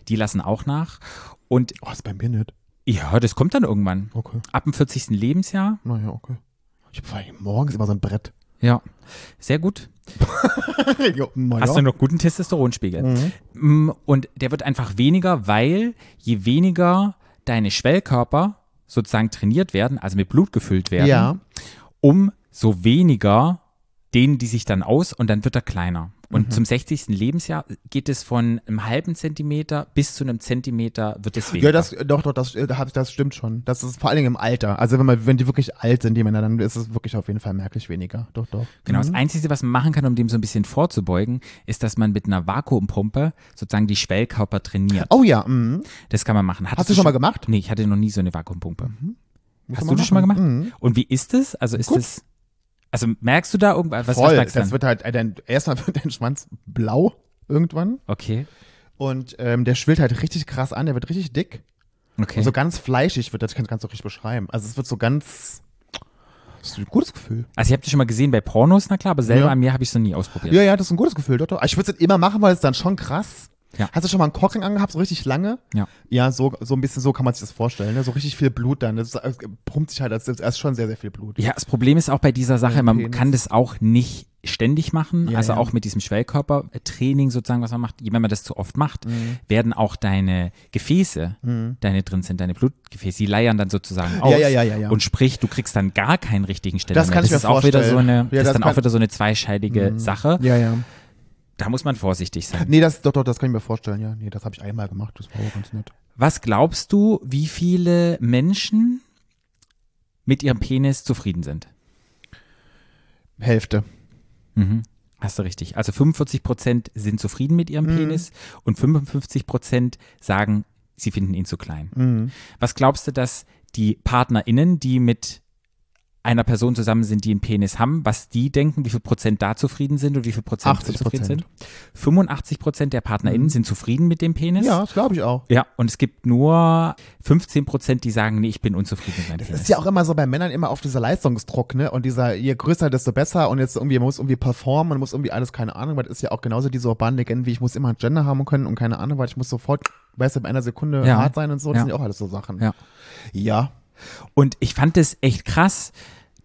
die lassen auch nach. Und Oh, ist bei mir nicht. ja, das kommt dann irgendwann. Okay. Ab dem 40. Lebensjahr. Naja, okay. Ich habe morgens immer so ein Brett. Ja. Sehr gut. jo, na Hast du ja. noch guten Testosteronspiegel. Mhm. Mm, Und der wird einfach weniger, weil je weniger deine Schwellkörper sozusagen trainiert werden, also mit Blut gefüllt werden, Ja. um so weniger dehnen die sich dann aus und dann wird er kleiner. Und Mhm. zum 60. Lebensjahr geht es von einem halben Zentimeter bis zu einem Zentimeter wird es weniger. Ja, das, doch, doch, das, äh, da hab ich- das stimmt schon. Das ist vor allen Dingen im Alter. Also wenn man, wenn die wirklich alt sind, die Männer, dann ist es wirklich auf jeden Fall merklich weniger. Doch, doch. Genau, das Einzige, was man machen kann, um dem so ein bisschen vorzubeugen, ist, dass man mit einer Vakuumpumpe sozusagen die Schwellkörper trainiert. Oh ja, mhm. Das kann man machen. Hattest du schon mal gemacht? Mhm. Nee, ich hatte noch nie so eine Vakuumpumpe. Muss Hast du man das schon mal machen. Mhm. gemacht? Und wie ist es? Also ist Gut. es. Also merkst du da irgendwas? Was, was Voll. merkst du das dann? wird halt, äh, dein, erstmal wird dein Schwanz blau irgendwann Okay, und ähm, der schwillt halt richtig krass an, der wird richtig dick. okay. Und so ganz fleischig wird das, ich kann es ganz so richtig beschreiben. Also es wird so ganz, das ist ein gutes Gefühl. also ich habe das schon mal gesehen bei Pornos, na klar, aber selber Ja. an mir habe ich es noch nie ausprobiert. Ja, ja, das ist ein gutes Gefühl, doch, doch. Ich würde es immer machen, weil es dann schon krass. Ja. Hast du schon mal einen Cockring angehabt, so richtig lange? Ja. Ja, so, so ein bisschen so kann man sich das vorstellen, ne? So richtig viel Blut dann. Das ist, es pumpt sich halt, als als- als schon sehr, sehr viel Blut. Ja, das Problem ist auch bei dieser Sache, man Äh, Penis. kann das auch nicht ständig machen, Ja, also ja. auch mit diesem Schwellkörpertraining sozusagen, was man macht, wenn man das zu oft macht, Mhm. werden auch deine Gefäße, deine drin sind, deine Blutgefäße, die leiern dann sozusagen aus. ja, ja, ja, ja. Und sprich, du kriegst dann gar keinen richtigen Ständer Das mehr. kann ich das mir ist auch wieder so vorstellen. eine, Ja, das ist das dann kann- Mhm. auch wieder so eine zweischeidige Sache. Ja, ja. Da muss man vorsichtig sein. Nee, das, doch, doch, das kann ich mir vorstellen, ja. Nee, das habe ich einmal gemacht, das war auch ganz nett. Was glaubst du, wie viele Menschen mit ihrem Penis zufrieden sind? Hälfte. Mhm. Hast du richtig. Also 45 Prozent sind zufrieden mit Mhm. ihrem Penis und 55 Prozent sagen, sie finden ihn zu klein. Mhm. Was glaubst du, dass die PartnerInnen, die mit einer Person zusammen sind, die einen Penis haben, was die denken, wie viel Prozent da zufrieden sind und wie viel Prozent so 80%. zufrieden sind? 85 Prozent der PartnerInnen sind zufrieden mit dem Penis. Mhm. Ja, das glaube ich auch. Ja, und es gibt nur 15 Prozent, die sagen, nee, ich bin unzufrieden mit meinem Penis. Das ist ja auch immer so bei Männern immer auf dieser Leistungsdruck, ne? Und dieser, je größer, desto besser und jetzt irgendwie, man muss irgendwie performen, man muss irgendwie alles, keine Ahnung, weil das ist ja auch genauso diese urbanen Legenden, wie ich muss immer ein Gender haben können und keine Ahnung, weil ich muss sofort, weißt du, in einer Sekunde Ja. hart sein und so, das Ja. sind ja auch alles so Sachen. Ja. Ja. Und ich fand es echt krass,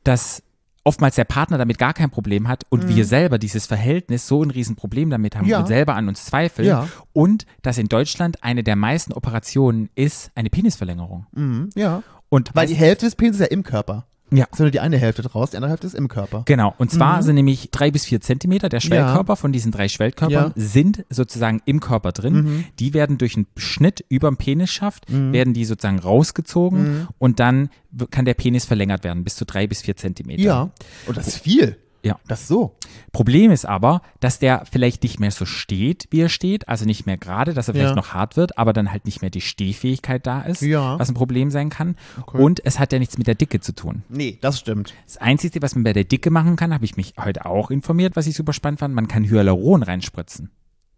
dass oftmals der Partner damit gar kein Problem hat und wir selber dieses Verhältnis so ein Riesenproblem damit haben Mhm. Ja. und selber an uns zweifeln. Ja. Und dass in Deutschland eine der meisten Operationen ist eine Penisverlängerung. Mhm. Ja. Und Weil die Hälfte des Penis ist ja im Körper. Ja. Ist nur die eine Hälfte draus, die andere Hälfte ist im Körper. Genau, und Mhm. zwar sind nämlich drei bis vier Zentimeter der Schwellkörper von diesen drei Schwellkörpern Ja. Mhm. sind sozusagen im Körper drin. Die werden durch einen Schnitt über den Penisschaft, werden die sozusagen rausgezogen Mhm. und dann w- kann der Penis verlängert werden bis zu drei bis vier Zentimeter. Ja. Und das ist viel. Ja. Das ist so. Problem ist aber, dass der vielleicht nicht mehr so steht, wie er steht, also nicht mehr gerade, dass er vielleicht Ja. noch hart wird, aber dann halt nicht mehr die Stehfähigkeit da ist, Ja. was ein Problem sein kann. Und es hat ja nichts mit der Dicke zu tun. Nee, das stimmt. Das Einzige, was man bei der Dicke machen kann, habe ich mich heute auch informiert, was ich super spannend fand, man kann Hyaluron reinspritzen.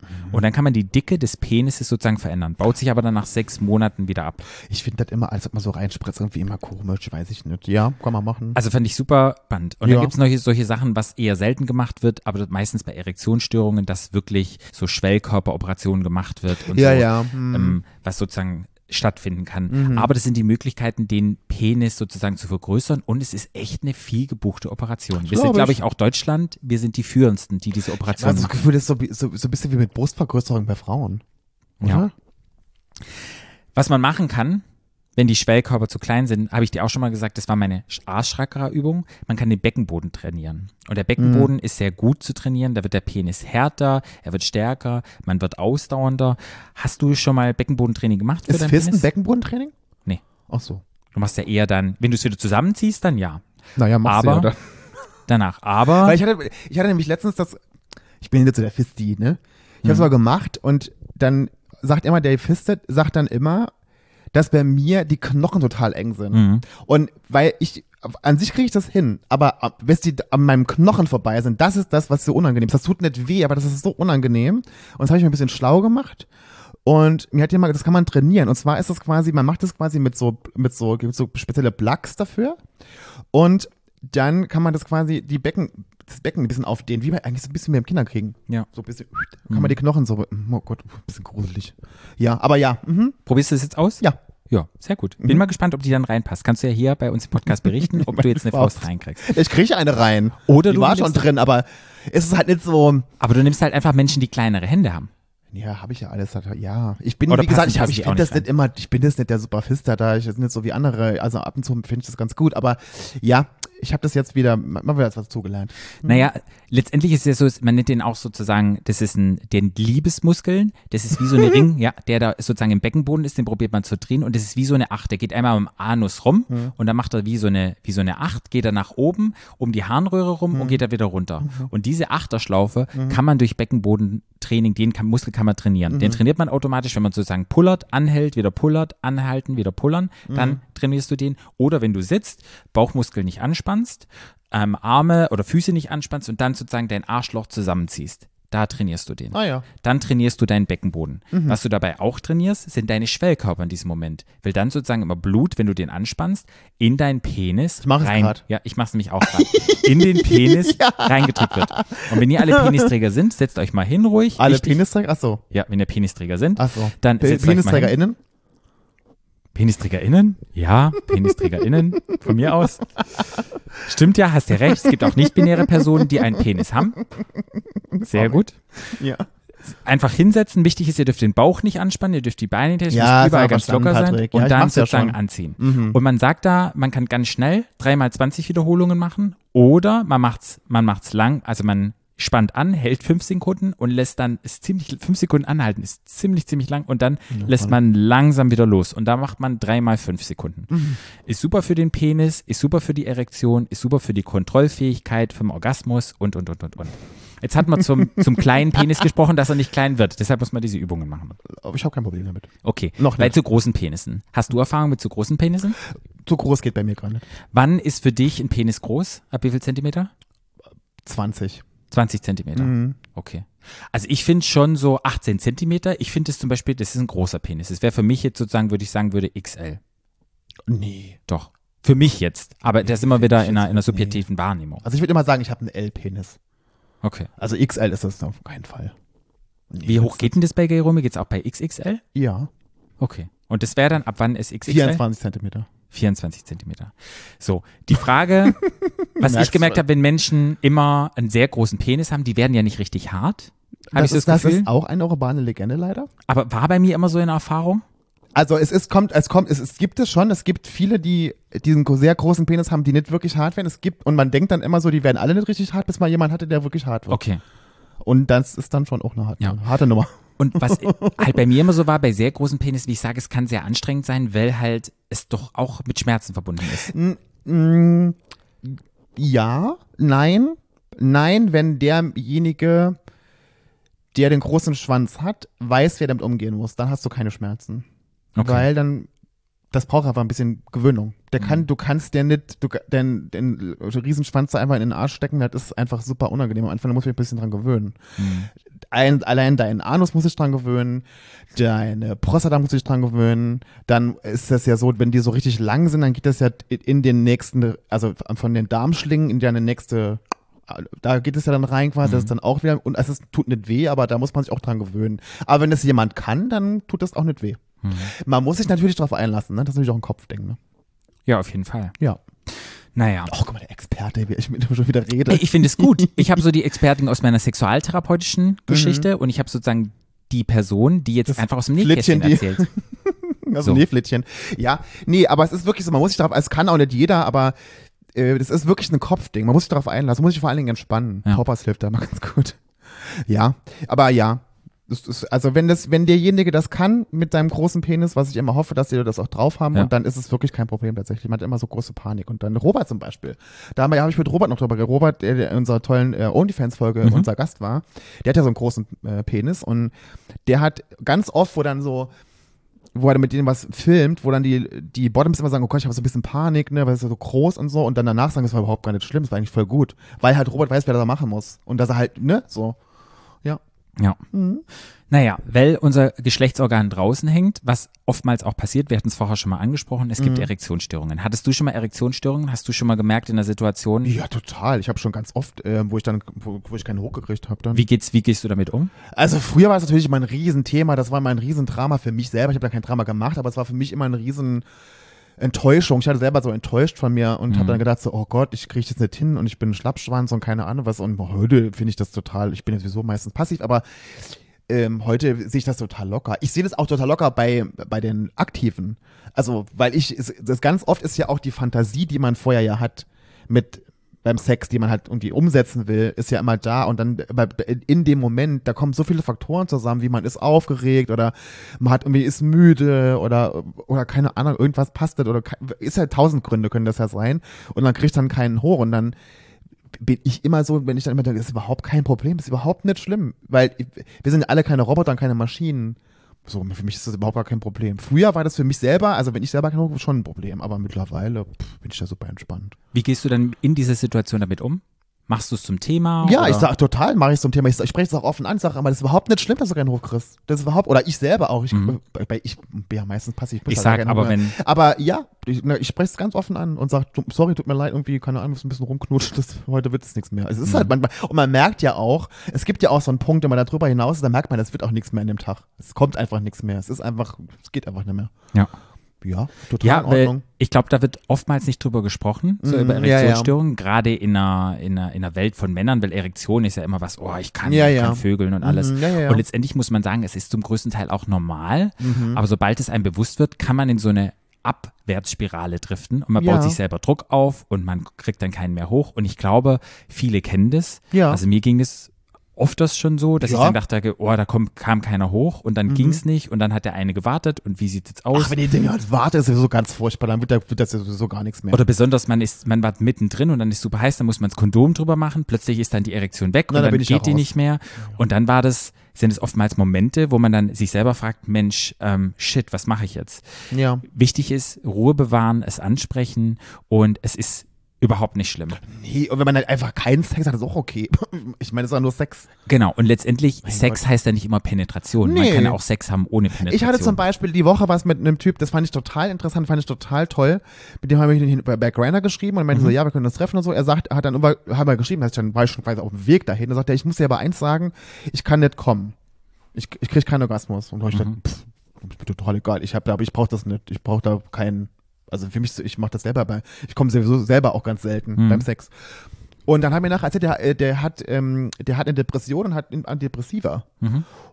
Mhm. Und dann kann man die Dicke des Penises sozusagen verändern, baut sich aber dann nach sechs Monaten wieder ab. Ich finde das immer, als ob man so reinspritzt, irgendwie immer komisch, weiß ich nicht. Ja, kann man machen. Also fand ich super spannend. Und dann Ja. gibt es solche, solche Sachen, was eher selten gemacht wird, aber meistens bei Erektionsstörungen, dass wirklich so Schwellkörperoperationen gemacht wird und Ja, so, ja, Mhm. hm. Ähm, was sozusagen stattfinden kann. Aber das sind die Möglichkeiten, den Penis sozusagen zu vergrößern und es ist echt eine viel gebuchte Operation. Wir sind, glaub glaube ich. ich, auch Deutschland, wir sind die führendsten, die diese Operation Also das machen. Gefühl das ist so, bi- so, so ein bisschen wie mit Brustvergrößerung bei Frauen. Ja. Oder? Was man machen kann, wenn die Schwellkörper zu klein sind, habe ich dir auch schon mal gesagt, das war meine Arschrackerer-Übung. Man kann den Beckenboden trainieren. Und der Mhm. Beckenboden ist sehr gut zu trainieren. Da wird der Penis härter, er wird stärker, man wird ausdauernder. Hast du schon mal Beckenbodentraining gemacht? Für Ist deinen Fist ein Penis? Beckenbodentraining? Nee. Ach so. Du machst ja eher dann, wenn du es wieder zusammenziehst, dann ja. Naja, machst du Aber- ja, oder? Danach. Aber Weil ich hatte, ich hatte nämlich letztens das, ich bin jetzt so der Fisti, ne? Ich hab's mal gemacht und dann sagt immer, der Fistet sagt dann immer, dass bei mir die Knochen total eng sind. Und weil ich, an sich kriege ich das hin, aber ab- bis die an meinem Knochen vorbei sind, das ist das, was so unangenehm ist. Das tut nicht weh, aber das ist so unangenehm. Und das habe ich mir ein bisschen schlau gemacht. Und mir hat jemand, das kann man trainieren. Und zwar ist das quasi, man macht das quasi mit so, mit so, gibt so spezielle Plugs dafür. Und dann kann man das quasi, die Becken, das Becken ein bisschen aufdehnen, wie bei, eigentlich so ein bisschen wie im Kinderkriegen. ja. Mhm. So ein bisschen, kann man die Knochen so, oh Gott, ein bisschen gruselig. Ja, aber ja, mhm, probierst du es jetzt aus? ja. Mhm. Ja, sehr gut. Bin mal gespannt, ob die dann reinpasst. Kannst du ja hier bei uns im Podcast berichten, ob du jetzt eine Faust. Faust reinkriegst. Ich kriege eine rein. Oder die du war nimmst- schon drin, aber es ist halt nicht so, Aber du nimmst halt einfach Menschen, die kleinere Hände haben. ja, habe ich ja alles. hat- Ja, ich bin, Oder wie gesagt, passen- ich, hab- passen ich die auch finde das nicht nicht immer, ich bin das nicht der Superfister da, ich bin nicht so wie andere. Also ab und zu finde ich das ganz gut, aber ja, ich habe das jetzt wieder, mal wieder was zugelernt. Naja, letztendlich ist es ja so, man nennt den auch sozusagen, das ist ein, den Liebesmuskeln, das ist wie so eine Ring, ja, der da sozusagen im Beckenboden ist, den probiert man zu drehen und das ist wie so eine Acht, der geht einmal am Anus rum und dann macht er wie so eine, wie so eine Acht, geht er nach oben, um die Harnröhre rum und geht er wieder runter. Und diese Achterschlaufe kann man durch Beckenbodentraining, den kann, Muskel kann man trainieren. Den trainiert man automatisch, wenn man sozusagen pullert, anhält, wieder pullert, anhalten, wieder pullern, dann trainierst du den. Oder wenn du sitzt, Bauchmuskel nicht anspannst, ähm, Arme oder Füße nicht anspannst und dann sozusagen dein Arschloch zusammenziehst. Da trainierst du den. Ah ja. Dann trainierst du deinen Beckenboden. Mhm. Was du dabei auch trainierst, sind deine Schwellkörper in diesem Moment. Weil dann sozusagen immer Blut, wenn du den anspannst, in deinen Penis mach es rein. grad. Ja, ich mach's nämlich auch gerade. In den Penis reingedrückt wird. Und wenn ihr alle Penisträger sind, setzt euch mal hin ruhig. Alle Wichtig- Penisträger, ach so, Ja, wenn ihr Penisträger sind, ach so. dann Pe- setzt euch mal hin. PenisträgerInnen? PenisträgerInnen? Ja, PenisträgerInnen, von mir aus. Stimmt ja, hast ja recht. Es gibt auch nicht-binäre Personen, die einen Penis haben. Sehr gut. Ja. Einfach hinsetzen. Wichtig ist, ihr dürft den Bauch nicht anspannen, ihr dürft die Beine nicht, ihr müsst Ja, ist überall aber ganz verstanden, locker sein Patrick. und Ja, ich dann mach's ja sozusagen schon. Mhm. anziehen. Und man sagt da, man kann ganz schnell dreimal 20 Wiederholungen machen oder man macht's, man macht's lang, also man spannt an, hält fünf Sekunden und lässt dann ist ziemlich fünf Sekunden anhalten, ist ziemlich ziemlich lang und dann lässt man langsam wieder los und da macht man dreimal fünf Sekunden. Mhm. Ist super für den Penis, ist super für die Erektion, ist super für die Kontrollfähigkeit vom Orgasmus und und und und und. Jetzt hat man zum, zum kleinen Penis gesprochen, dass er nicht klein wird. Deshalb muss man diese Übungen machen. Aber Ich habe kein Problem damit. Okay. Noch Bei nicht. zu großen Penissen. Hast du Erfahrung mit zu großen Penissen? Zu groß geht bei mir gar nicht. Wann ist für dich ein Penis groß? Ab wie viel Zentimeter? 20. 20 Zentimeter. Mhm. Okay. Also ich finde schon so 18 Zentimeter. Ich finde es zum Beispiel, das ist ein großer Penis. Das wäre für mich jetzt sozusagen, würde ich sagen, würde XL. Nee. Doch. Für mich jetzt. Aber da sind wir wieder in einer, in einer subjektiven Wahrnehmung. Also ich würde immer sagen, ich habe einen L-Penis. Okay. Also XL ist das auf keinen Fall. Nee, Wie hoch geht denn das bei Gay Rome? Geht es auch bei XXL? Ja. Okay. Und das wäre dann, ab wann ist XXL? 24 Zentimeter. 24 Zentimeter. So, die Frage, was ich Merkst gemerkt du. habe, wenn Menschen immer einen sehr großen Penis haben, die werden ja nicht richtig hart, habe ich das so das ist, das Gefühl. ist auch eine urbane Legende leider. Aber war bei mir immer so eine Erfahrung? Also es ist, kommt, es kommt, es, es gibt es schon, es gibt viele, die diesen gro- sehr großen Penis haben, die nicht wirklich hart werden. Es gibt, und man denkt dann immer so, die werden alle nicht richtig hart, bis mal jemand hatte, der wirklich hart wird. Okay. Und das ist dann schon auch eine harte, Oh. Ja. harte Nummer. Und was halt bei mir immer so war, bei sehr großen Penis, wie ich sage, es kann sehr anstrengend sein, weil halt es doch auch mit Schmerzen verbunden ist. Mm, ja, nein, nein, wenn derjenige, der den großen Schwanz hat, weiß, wie er damit umgehen muss, dann hast du keine Schmerzen. Okay. Weil dann, das braucht einfach ein bisschen Gewöhnung. Der kann, du kannst dir nicht, du, ka- den, den Riesenschwanz da einfach in den Arsch stecken, das ist einfach super unangenehm. Am Anfang da muss ich mich ein bisschen dran gewöhnen. Hm. Ein, allein dein Anus muss sich dran gewöhnen, deine Prostata muss sich dran gewöhnen. Dann ist das ja so, wenn die so richtig lang sind, dann geht das ja in den nächsten, also von den Darmschlingen in deine nächste, da geht es ja dann rein quasi, Mhm. das ist dann auch wieder, und es ist, tut nicht weh, aber da muss man sich auch dran gewöhnen. Aber wenn das jemand kann, dann tut das auch nicht weh. Mhm. Man muss sich natürlich darauf einlassen, ne? das ist natürlich auch ein Kopfding. Ne? Ja, auf jeden Fall. Ja. Naja. Oh, guck mal, der Experte, wie ich mit ihm schon wieder rede. Ey, Ich finde es gut. Ich habe so die Expertin aus meiner Mhm. sexualtherapeutischen Geschichte und ich habe sozusagen die Person, die jetzt einfach aus dem Nähkästchen Flittchen, die- erzählt. Also So. Nähflittchen. Ja, nee, aber es ist wirklich so, man muss sich darauf, es kann auch nicht jeder, aber äh, das ist wirklich ein Kopfding. Man muss sich darauf einlassen, man muss sich vor allen Dingen entspannen. Ja. Poppers hilft da mal ganz gut. Ja, aber ja. Das ist, also wenn das, wenn derjenige das kann mit seinem großen Penis, was ich immer hoffe, dass die das auch drauf haben, Ja. und dann ist es wirklich kein Problem tatsächlich. Man hat immer so große Panik. Und dann Robert zum Beispiel. Da haben wir- habe ich mit Robert noch drüber geredet. Robert, der, der in unserer tollen äh, OnlyFans-Folge Mhm. unser Gast war, der hat ja so einen großen äh, Penis und der hat ganz oft, wo dann so, wo er mit denen was filmt, wo dann die, die Bottoms immer sagen, oh Gott, ich habe so ein bisschen Panik, ne, weil es ist ja so groß und so und dann danach sagen, es war überhaupt gar nicht schlimm, es war eigentlich voll gut, weil halt Robert weiß, wer das machen muss und dass er halt, ne, so. Ja. Mhm. Naja, weil unser Geschlechtsorgan draußen hängt, was oftmals auch passiert, wir hatten es vorher schon mal angesprochen, es Mhm. gibt Erektionsstörungen. Hattest du schon mal Erektionsstörungen? Hast du schon mal gemerkt in der Situation, Ja, total. Ich habe schon ganz oft, äh, wo ich dann, wo, wo ich keinen Hoch gekriegt habe dann. wie geht's, wie gehst du damit um? Also früher war es natürlich immer ein Riesenthema, das war mein Riesendrama für mich selber. Ich habe da kein Drama gemacht, aber es war für mich immer eine riesen Enttäuschung. Ich hatte selber so enttäuscht von mir und habe dann gedacht so, oh Gott, ich kriege jetzt nicht hin und ich bin ein Schlappschwanz und keine Ahnung was. Und heute finde ich das total, ich bin jetzt sowieso meistens passiv, aber ähm, heute sehe ich das total locker. Ich sehe das auch total locker bei, bei den Aktiven. Also, weil ich, es- das ganz oft ist ja auch die Fantasie, die man vorher ja hat mit beim Sex, die man halt irgendwie umsetzen will, ist ja immer da und dann bei- in dem Moment, da kommen so viele Faktoren zusammen, wie man ist aufgeregt oder man hat irgendwie ist müde oder oder keine Ahnung, irgendwas passt nicht oder ke- ist halt tausend Gründe können das ja sein und dann kriegt dann keinen Hoch und dann bin ich immer so, wenn ich dann immer denke, das ist überhaupt kein Problem, das ist überhaupt nicht schlimm, weil ich- wir sind ja alle keine Roboter und keine Maschinen. So, für mich ist das überhaupt gar kein Problem. Früher war das für mich selber, also wenn ich selber keinen Hoch habe, schon ein Problem, aber mittlerweile pff, bin ich da super entspannt. Wie gehst du dann in dieser Situation damit um? Machst du es zum Thema? Ja, oder? ich sag total, mache ich zum Thema. Ich, sag- ich spreche es auch offen an, sage, aber das ist überhaupt nicht schlimm, dass du keinen Hoch kriegst. Das ist überhaupt, oder ich selber auch. Ich, bei- bei- ich bin ja meistens passiv. bin Mhm. Ich da sag gar kein aber, Hunger. wenn- Aber ja, ich, ne, ich spreche es ganz offen an und sage, sorry, tut mir leid, irgendwie, keine Ahnung, muss ein bisschen rumknutschen, das, heute wird es nichts mehr. Es ist halt Mhm. manchmal, und man merkt ja auch, es gibt ja auch so einen Punkt, wenn man darüber hinaus ist, dann merkt man, es wird auch nichts mehr an dem Tag. Es kommt einfach nichts mehr. Es ist einfach, es geht einfach nicht mehr. Ja. Ja, total in Ja, weil Ordnung. ich glaube, da wird oftmals nicht drüber gesprochen, so Mhm, über ja, Erektionsstörungen, gerade in einer, in, einer, in einer Welt von Männern, weil Erektion ist ja immer was, oh, ich kann, Ja, ich ja. kann vögeln und alles. Mhm, ja, ja, ja. Und letztendlich muss man sagen, es ist zum größten Teil auch normal, Mhm. aber sobald es einem bewusst wird, kann man in so eine Abwärtsspirale driften und man Ja. baut sich selber Druck auf und man kriegt dann keinen mehr hoch. Und ich glaube, viele kennen das. Ja. Also mir ging das oft das schon so, dass ich Ja. Mhm. dann dachte, oh, da kommt, kam keiner hoch und dann ging's nicht und dann hat der eine gewartet und wie sieht's jetzt aus? Ach, wenn ihr Dinge halt wartet, ist sowieso ganz furchtbar, dann wird, da, wird das ja sowieso gar nichts mehr. Oder besonders, man ist, man war mittendrin und dann ist super heiß, dann muss man das Kondom drüber machen, plötzlich ist dann die Erektion weg Na, und da dann bin ich ja geht die raus. nicht mehr. Und dann war das, sind es oftmals Momente, wo man dann sich selber fragt, Mensch, ähm, shit, was mache ich jetzt? ja. Wichtig ist, Ruhe bewahren, es ansprechen und es ist überhaupt nicht schlimm. Nee, und wenn man halt einfach keinen Sex hat, ist auch okay. Ich meine, das war nur Sex. Genau. Und letztendlich, Sex heißt ja nicht immer Penetration. Man Nee. kann ja auch Sex haben ohne Penetration. Ich hatte zum Beispiel die Woche was mit einem Typ, das fand ich total interessant, fand ich total toll. Mit dem habe ich hin- bei, bei Grindr geschrieben und meinte so, ja, wir können uns treffen und so. Er sagt, hat dann über, haben wir geschrieben, dass ich dann war ich schon quasi auf dem Weg dahin. Er sagt, er, ich muss dir aber eins sagen, ich kann nicht kommen. Ich, ich kriege keinen Orgasmus. Und da hab ich gedacht, pff, ist mir total egal. Ich habe, aber ich brauche das nicht. Ich brauche da keinen. Also für mich, so- ich mache das selber bei. Ich komme sowieso selber auch ganz selten beim Sex. Und dann haben wir nachher erzählt, der, äh, der, hat, ähm, der hat eine Depression und hat äh, einen Antidepressiva.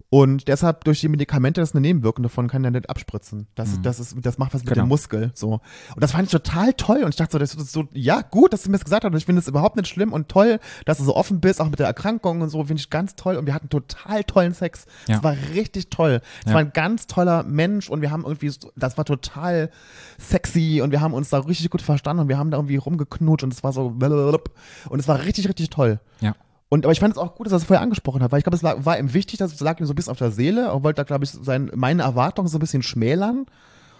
Und deshalb durch die Medikamente, das ist eine Nebenwirkung davon, kann er nicht abspritzen. Das, das, ist, das macht was mit Mhm. Genau. dem Muskel. So. Und das fand ich total toll. Und ich dachte so, das ist so, ja, gut, dass du mir das gesagt hast. Und ich finde es überhaupt nicht schlimm und toll, dass du so offen bist, auch mit der Erkrankung und so, finde ich ganz toll. Und wir hatten total tollen Sex. Ja. Das war richtig toll. Das Ja. war ein ganz toller Mensch und wir haben irgendwie, so- das war total sexy und wir haben uns da richtig gut verstanden und wir haben da irgendwie rumgeknutscht und es war so blablabla. und es war richtig, richtig toll. Ja. Und aber ich fand es auch gut, dass er es vorher angesprochen hat, weil ich glaube, es lag, war ihm wichtig, dass es lag ihm so ein bisschen auf der Seele und wollte da, glaube ich, sein, meine Erwartungen so ein bisschen schmälern,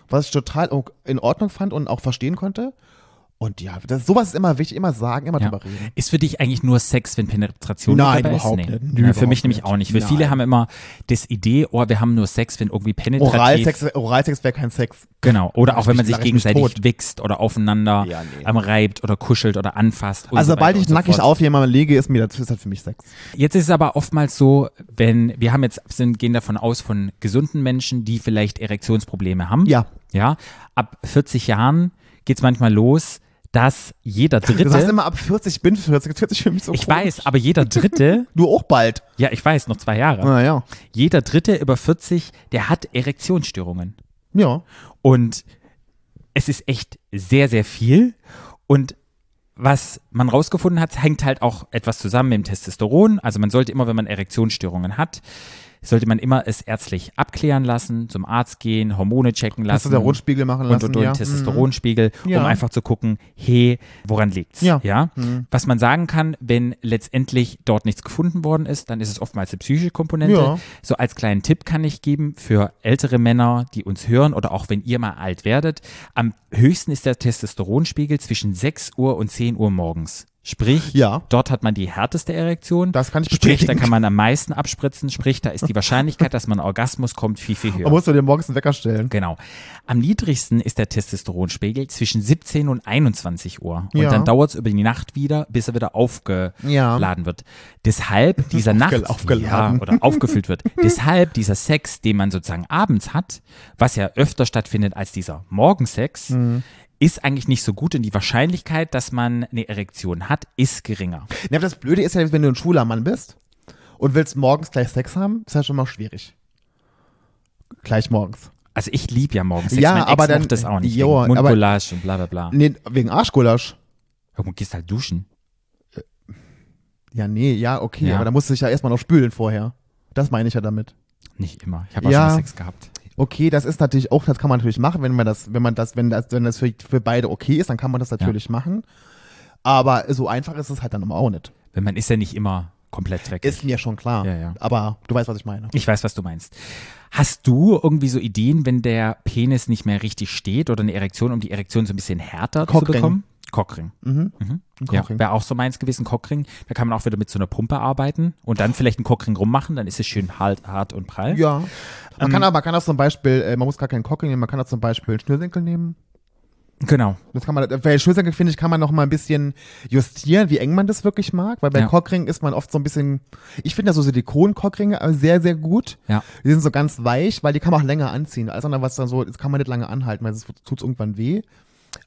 was ich total o- in Ordnung fand und auch verstehen konnte. Und ja, das, sowas ist immer wichtig, immer sagen, immer Ja. drüber reden. Ist für dich eigentlich nur Sex, wenn Penetration Nein, dabei überhaupt ist? nicht. Nö, Nö, für überhaupt mich nämlich nicht. auch nicht. Weil Nein. viele haben immer das Idee, oh, wir haben nur Sex, wenn irgendwie penetrativ. Oralsex, Oralsex wäre kein Sex. Genau. Oder auch wenn man Lach sich ich mich gegenseitig tot. wichst oder aufeinander Ja, nee. ähm, reibt oder kuschelt oder anfasst. und Also so sobald weiter ich und so nackig fort. auf jemanden lege, ist mir das ist das für mich Sex. Jetzt ist es aber oftmals so, wenn wir haben jetzt sind, gehen davon aus von gesunden Menschen, die vielleicht Erektionsprobleme haben. Ja. Ja. Ab 40 Jahren geht es manchmal los, dass jeder Dritte. Du sagst immer ab 40, ich bin 40, jetzt 40 für mich so ich komisch. weiß, aber jeder Dritte, Du auch bald. ja, ich weiß, noch zwei Jahre. Naja. Jeder Dritte über 40, der hat Erektionsstörungen. Ja. Und es ist echt sehr, sehr viel. Und was man rausgefunden hat, hängt halt auch etwas zusammen mit dem Testosteron. Also man sollte immer, wenn man Erektionsstörungen hat, sollte man immer es ärztlich abklären lassen, zum Arzt gehen, Hormone checken Hast lassen. du da Rundspiegel machen und, lassen? und, und ja. Hm. Testosteronspiegel, um Ja. einfach zu gucken, hey, woran liegt's? Ja. Mhm. Was man sagen kann, wenn letztendlich dort nichts gefunden worden ist, dann ist es oftmals eine psychische Komponente. Ja. So als kleinen Tipp kann ich geben für ältere Männer, die uns hören oder auch wenn ihr mal alt werdet, am höchsten ist der Testosteronspiegel zwischen 6 Uhr und 10 Uhr morgens. Sprich, Ja. dort hat man die härteste Erektion. Das kann ich Sprich, da bestätigen. kann man am meisten abspritzen. Sprich, da ist die Wahrscheinlichkeit, dass man einen Orgasmus kommt, viel, viel höher. Da musst du dir morgens einen Wecker stellen. Genau. Am niedrigsten ist der Testosteronspiegel zwischen 17 und 21 Uhr. Und Ja. dann dauert es über die Nacht wieder, bis er wieder aufgeladen Ja. wird. Deshalb dieser Nacht aufgeladen. Ja, oder aufgefüllt wird. Deshalb dieser Sex, den man sozusagen abends hat, was ja öfter stattfindet als dieser Morgensex, Mhm. ist eigentlich nicht so gut und die Wahrscheinlichkeit, dass man eine Erektion hat, ist geringer. Ja, aber das Blöde ist ja, wenn du ein schwuler Mann bist und willst morgens gleich Sex haben, ist ja schon mal schwierig. Gleich morgens. Also ich liebe ja morgens Sex. Ja, mein Ex aber dann- mochte das auch nicht. Jo, wegen aber- Mundgoulasch und bla bla bla. Nee, wegen Arschgulasch. Du gehst halt duschen. Ja, nee, ja, okay, Ja. aber da musst du dich ja erstmal noch spülen vorher. Das meine ich ja damit. Nicht immer. Ich habe auch Ja. schon mal Sex gehabt. Okay, das ist natürlich auch, das kann man natürlich machen, wenn man das, wenn man das, wenn das, wenn das für, für beide okay ist, dann kann man das natürlich machen. Aber so einfach ist es halt dann immer auch nicht. Wenn man ist ja nicht immer komplett weg. Ist mir schon klar. Ja, ja. Aber du weißt, was ich meine. ich weiß, was du meinst. Hast du irgendwie so Ideen, wenn der Penis nicht mehr richtig steht oder eine Erektion, um die Erektion so ein bisschen härter zu Cockring. Mhm. bekommen? Cockring. Mhm. Ein Ja, Cockring. wäre auch so meins gewesen, Cockring. Da kann man auch wieder mit so einer Pumpe arbeiten und dann vielleicht einen Cockring rummachen, dann ist es schön halt, hart und prall. Ja. Man Ähm. kann aber man kann auch zum Beispiel, äh, man muss gar keinen Cockring nehmen, man kann auch zum Beispiel einen Schnürsenkel nehmen. Genau. Das kann man, weil Schnürsenkel finde ich, kann man noch mal ein bisschen justieren, wie eng man das wirklich mag, weil bei Ja. Cockring ist man oft so ein bisschen, ich finde ja so Silikon-Cockringe äh, sehr, sehr gut. Ja. Die sind so ganz weich, weil die kann man auch länger anziehen. Alles andere, was dann so, das kann man nicht lange anhalten, weil es tut irgendwann weh.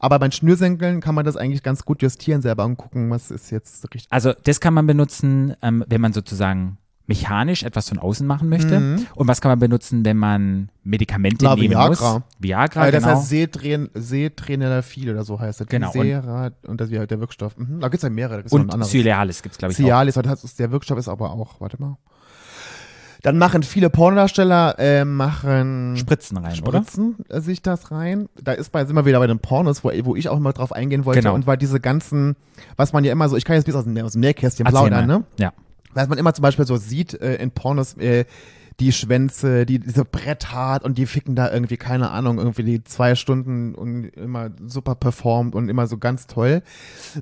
Aber bei Schnürsenkeln kann man das eigentlich ganz gut justieren selber und gucken, was ist jetzt richtig. Also das kann man benutzen, ähm, wenn man sozusagen mechanisch etwas von außen machen möchte. Und was kann man benutzen, wenn man Medikamente Mhm. Na, nehmen muss? Viagra. Viagra, Äh, das genau. heißt Seetren, Seetrenelafil oder so heißt das. Genau, und- Sera, und, das wäre der Wirkstoff. Mhm. Da gibt es ja mehrere. Da gibt's noch einen und anderen. Cialis gibt's glaube ich, auch. Cialis, das ist der Wirkstoff ist aber auch, warte mal. Dann machen viele Pornodarsteller, äh, machen Spritzen rein, oder? Spritzen äh, sich das rein. Da ist bei, sind wir wieder bei den Pornos, wo, wo ich auch immer drauf eingehen wollte. Genau. Und weil diese ganzen, was man ja immer so, ich kann jetzt bis aus dem, aus dem Nähkästchen Erzähl plaudern, mal. ne? Ja. Was man immer zum Beispiel so sieht äh, in Pornos, äh, die Schwänze, die diese bretthart und die ficken da irgendwie, keine Ahnung, irgendwie die zwei Stunden und immer super performt und immer so ganz toll.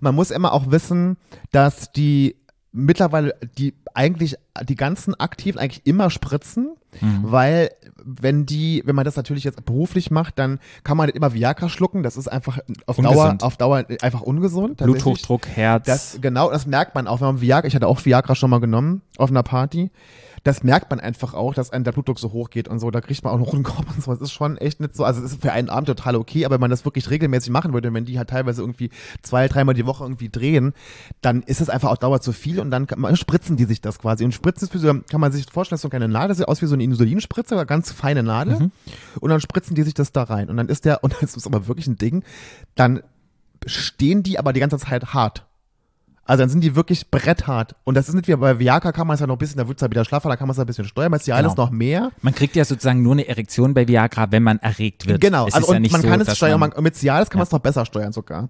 Man muss immer auch wissen, dass die mittlerweile die eigentlich die ganzen Aktiven eigentlich immer spritzen. Mhm. Weil, wenn die, wenn man das natürlich jetzt beruflich macht, dann kann man immer Viagra schlucken. Das ist einfach auf Dauer, Ungesund. auf Dauer einfach ungesund. tatsächlich. Bluthochdruck, Herz. Das, genau, das merkt man auch, wenn man Viagra, ich hatte auch Viagra schon mal genommen auf einer Party. Das merkt man einfach auch, dass einem der Blutdruck so hoch geht und so. Da kriegt man auch einen roten Kopf und so. Das ist schon echt nicht so. Also, es ist für einen Abend total okay, aber wenn man das wirklich regelmäßig machen würde, wenn die halt teilweise irgendwie zwei, dreimal die Woche irgendwie drehen, dann ist es einfach auf Dauer zu viel und dann kann man, spritzen die sich das quasi. Und spritzen ist wie so, kann man sich vorstellen, das ist so eine kleine Nadel, sieht aus wie so eine Insulinspritze, aber ganz feine Nadel. Und dann spritzen die sich das da rein. Und dann ist der, und das ist aber wirklich ein Ding, dann stehen die aber die ganze Zeit hart. Also dann sind die wirklich bretthart. Und das ist nicht wie bei Viagra kann man es ja noch ein bisschen, da wird es ja wieder schlaffer, da kann man es ja ein bisschen steuern, man ist ja alles Genau. noch mehr. man kriegt ja sozusagen nur eine Erektion bei Viagra, wenn man erregt wird. Genau, es also ist ja und nicht man so, kann es dass steuern, man, mit Cialis kann man es noch besser steuern sogar.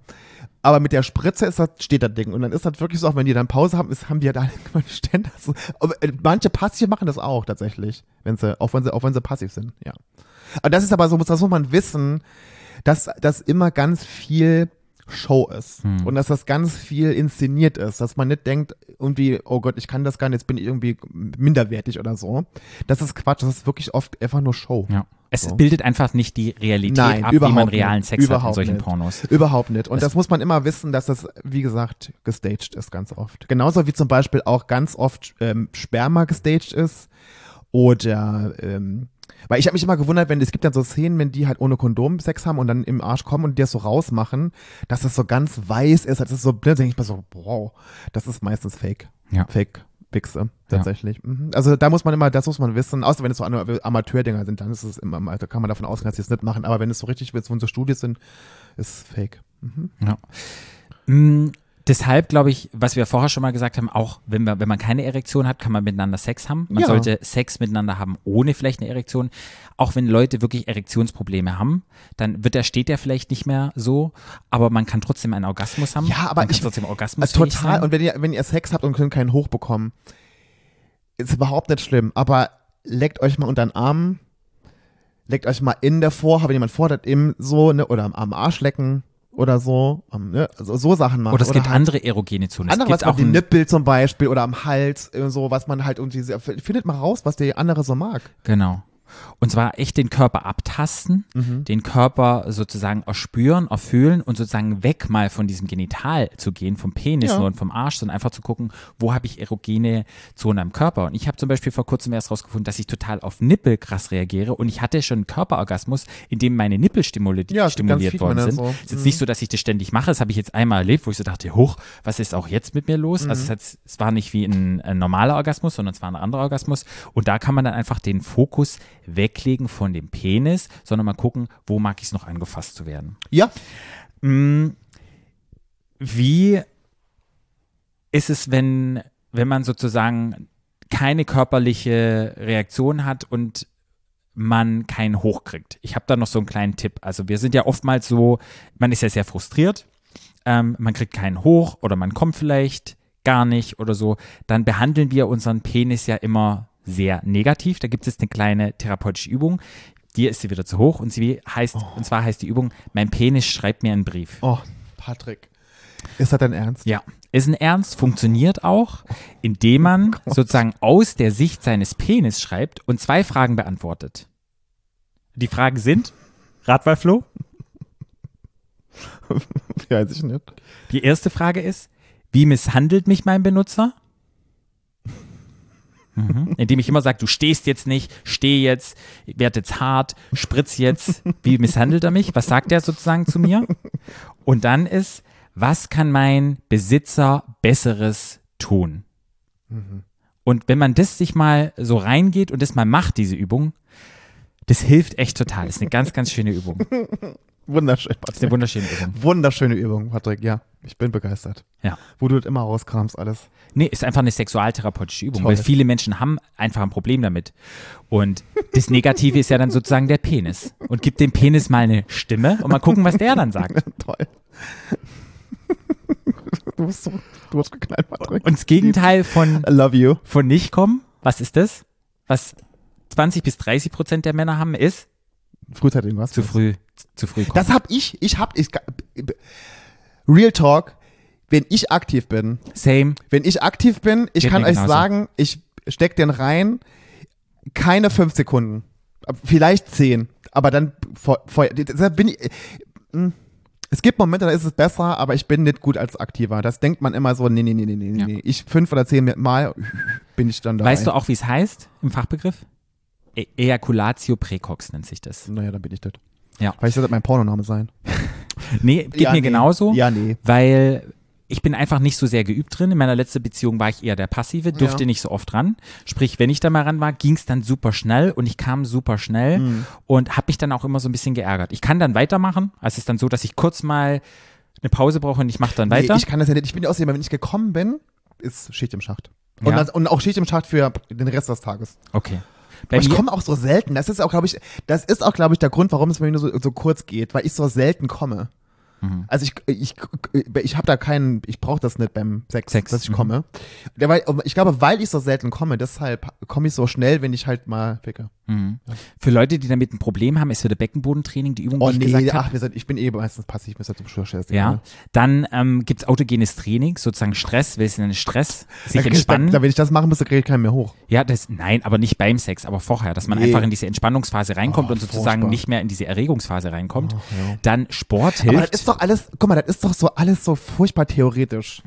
Aber mit der Spritze ist das, steht das Ding. Und dann ist das wirklich so, auch wenn die dann Pause haben, ist, haben die halt ja da Ständer. So. Aber, äh, Manche passiv machen das auch tatsächlich, wenn sie, auch wenn sie, auch wenn sie passiv sind, ja. Und das ist aber so, das muss man wissen, dass das immer ganz viel Show ist Hm. und dass das ganz viel inszeniert ist, dass man nicht denkt, irgendwie, oh Gott, ich kann das gar nicht, jetzt bin ich irgendwie minderwertig oder so. Das ist Quatsch, das ist wirklich oft einfach nur Show. ja. Es So. bildet einfach nicht die Realität Nein, ab, wie überhaupt man realen nicht. Sex hat in Überhaupt solchen nicht. Pornos. Überhaupt nicht. Und Das- das, muss man immer wissen, dass das, wie gesagt, gestaged ist ganz oft. Genauso wie zum Beispiel auch ganz oft ähm, Sperma gestaged ist oder ähm, weil ich habe mich immer gewundert, wenn es gibt dann so Szenen, wenn die halt ohne Kondom Sex haben und dann im Arsch kommen und die das so rausmachen, dass das so ganz weiß ist, als ist so, da denke ich mir so, wow, das ist meistens Fake. Ja. Fake. Wichse, tatsächlich. Mhm. Also da muss man immer, das muss man wissen, außer wenn es so Am- Amateurdinger sind, dann ist es immer, mal- da kann man davon ausgehen, dass sie es nicht machen, aber wenn es so richtig, wenn es so Studien sind, ist fake. Ja. Mm, Deshalb glaube ich, was wir vorher schon mal gesagt haben, auch wenn man, wenn man keine Erektion hat, kann man miteinander Sex haben. Man Ja. sollte Sex miteinander haben, ohne vielleicht eine Erektion. Auch wenn Leute wirklich Erektionsprobleme haben, dann wird der, steht der vielleicht nicht mehr so, aber man kann trotzdem einen Orgasmus haben. Ja, aber man kann ich- trotzdem Orgasmus Also total. sein. Und wenn ihr, wenn ihr Sex habt und könnt keinen hochbekommen, ist überhaupt nicht schlimm. Aber leckt euch mal unter den Arm, leckt euch mal in der Vorhaut, wenn jemand fordert, eben so, ne, oder am, am Arsch lecken oder so, am, ne, so, so Sachen machen. Oder es gibt halt- andere erogene Zonen. andere, es was gibt auf auch den ein, Nippel zum Beispiel oder am Hals, äh, so was man halt irgendwie, sehr- findet mal raus, was der andere so mag. Genau. Und zwar echt den Körper abtasten, den Körper sozusagen erspüren, erfühlen und sozusagen weg mal von diesem Genital zu gehen, vom Penis Ja. nur und vom Arsch, sondern einfach zu gucken, wo habe ich erogene Zonen am Körper. Und ich habe zum Beispiel vor kurzem erst rausgefunden, dass ich total auf Nippel krass reagiere und ich hatte schon einen Körperorgasmus, in dem meine Nippel stimuli- Ja, es gibt ganz stimuliert viele worden Männer sind. so. Mhm. Es ist jetzt nicht so, dass ich das ständig mache. Das habe ich jetzt einmal erlebt, wo ich so dachte, hoch, was ist auch jetzt mit mir los? Mhm. Also es, hat, es war nicht wie ein, äh, normaler Orgasmus, sondern es war ein anderer Orgasmus. Und da kann man dann einfach den Fokus weglegen von dem Penis, sondern mal gucken, wo mag ich es noch angefasst zu werden. Ja. Hm, Wie ist es, wenn, wenn man sozusagen keine körperliche Reaktion hat und man keinen hochkriegt? Ich habe da noch so einen kleinen Tipp. Also wir sind ja oftmals so, man ist ja sehr frustriert, ähm, man kriegt keinen hoch oder man kommt vielleicht gar nicht oder so. Dann behandeln wir unseren Penis ja immer sehr negativ. Da gibt es eine kleine therapeutische Übung. Dir ist sie wieder zu hoch und sie heißt, und zwar heißt die Übung, mein Penis schreibt mir einen Brief. Oh, Patrick. Ist das dein Ernst? Ja. Ist ein Ernst, funktioniert auch, indem man sozusagen aus der Sicht seines Penis schreibt und zwei Fragen beantwortet. Die Fragen sind, Radwahlflo, Weiß ich nicht. die erste Frage ist, wie misshandelt mich mein Benutzer? Mhm. Indem ich immer sage, du stehst jetzt nicht, steh jetzt, werd jetzt hart, spritz jetzt. Wie misshandelt er mich? Was sagt er sozusagen zu mir? Und dann ist, was kann mein Besitzer Besseres tun? Und wenn man das sich mal so reingeht und das mal macht, diese Übung, das hilft echt total. Das ist eine ganz, ganz schöne Übung. Das Wunderschön, ist eine Patrick. wunderschöne Übung. Wunderschöne Übung, Patrick, ja. Ich bin begeistert. Ja. Wo du das immer rauskramst, alles. Nee, ist einfach eine sexualtherapeutische Übung, weil Toll. viele Menschen haben einfach ein Problem damit. Und das Negative ist ja dann sozusagen der Penis. Und gib dem Penis mal eine Stimme und mal gucken, was der dann sagt. Toll. du bist so, du hast geknallt, Patrick. Und das Gegenteil von, I love you. von nicht kommen, was ist das? Was 20 bis 30 Prozent der Männer haben, ist Frühzeitig was? zu früh, zu früh kommen. Das hab ich, ich hab, ich, Real Talk, wenn ich aktiv bin, Same. Wenn ich aktiv bin, ich Geht kann mir euch genauso. sagen, ich steck den rein. keine fünf Sekunden. Ab- Vielleicht zehn. Aber dann vor, vor, deshalb bin ich. mm. Es gibt Momente, da ist es besser, aber ich bin nicht gut als Aktiver. Das denkt man immer so, nee, nee, nee, nee, nee, Ja. nee. Ich fünf oder zehn Mal bin ich dann da. Weißt du auch, wie es heißt im Fachbegriff? E Ejaculatio precox nennt sich das. Naja, dann bin ich das. Ja. Weil ich das mein Pornoname sein. Nee, geht Ja, mir nee. genauso. Ja, nee. weil ich bin einfach nicht so sehr geübt drin. In meiner letzten Beziehung war ich eher der Passive, durfte Ja. nicht so oft ran. Sprich, wenn ich da mal ran war, ging es dann super schnell und ich kam super schnell Mhm. und habe mich dann auch immer so ein bisschen geärgert. Ich kann dann weitermachen. Also es ist dann so, dass ich kurz mal eine Pause brauche und ich mache dann weiter. Nee, ich kann das ja nicht. Ich bin ja außerdem, wenn ich gekommen bin, ist Schicht im Schacht. Und, Ja. das, und auch Schicht im Schacht für den Rest des Tages. okay. Bei Aber ich mir- komme auch so selten. Das ist auch, glaube ich, das ist auch, glaube ich, der Grund, warum es mir nur so, so kurz geht, weil ich so selten komme. Mhm. Also ich, ich, ich habe da keinen, ich brauche das nicht beim Sex, Sex, dass ich mhm. komme. Der, weil, ich glaube, weil ich so selten komme, deshalb komme ich so schnell, wenn ich halt mal wicke. Mhm. Für Leute, die damit ein Problem haben, ist für das Beckenbodentraining die Übung, Oh die ich nee, ah. gesagt habe. ach, wir sind, ich bin eh meistens passiv, mir ist das zum Schluss scheißegal. Ja, dann ähm, gibt's autogenes Training, sozusagen Stress, wir sind in Stress, Da sich krieg ich, da, entspannen. da, wenn ich das machen müsste, kriege ich keinen mehr hoch. Ja, das, nein, aber nicht beim Sex, aber vorher, dass man Nee. einfach in diese Entspannungsphase reinkommt Oh, und sozusagen furchtbar. nicht mehr in diese Erregungsphase reinkommt. ja. Dann Sport hilft. Aber das ist doch alles, guck mal, das ist doch so alles so furchtbar theoretisch.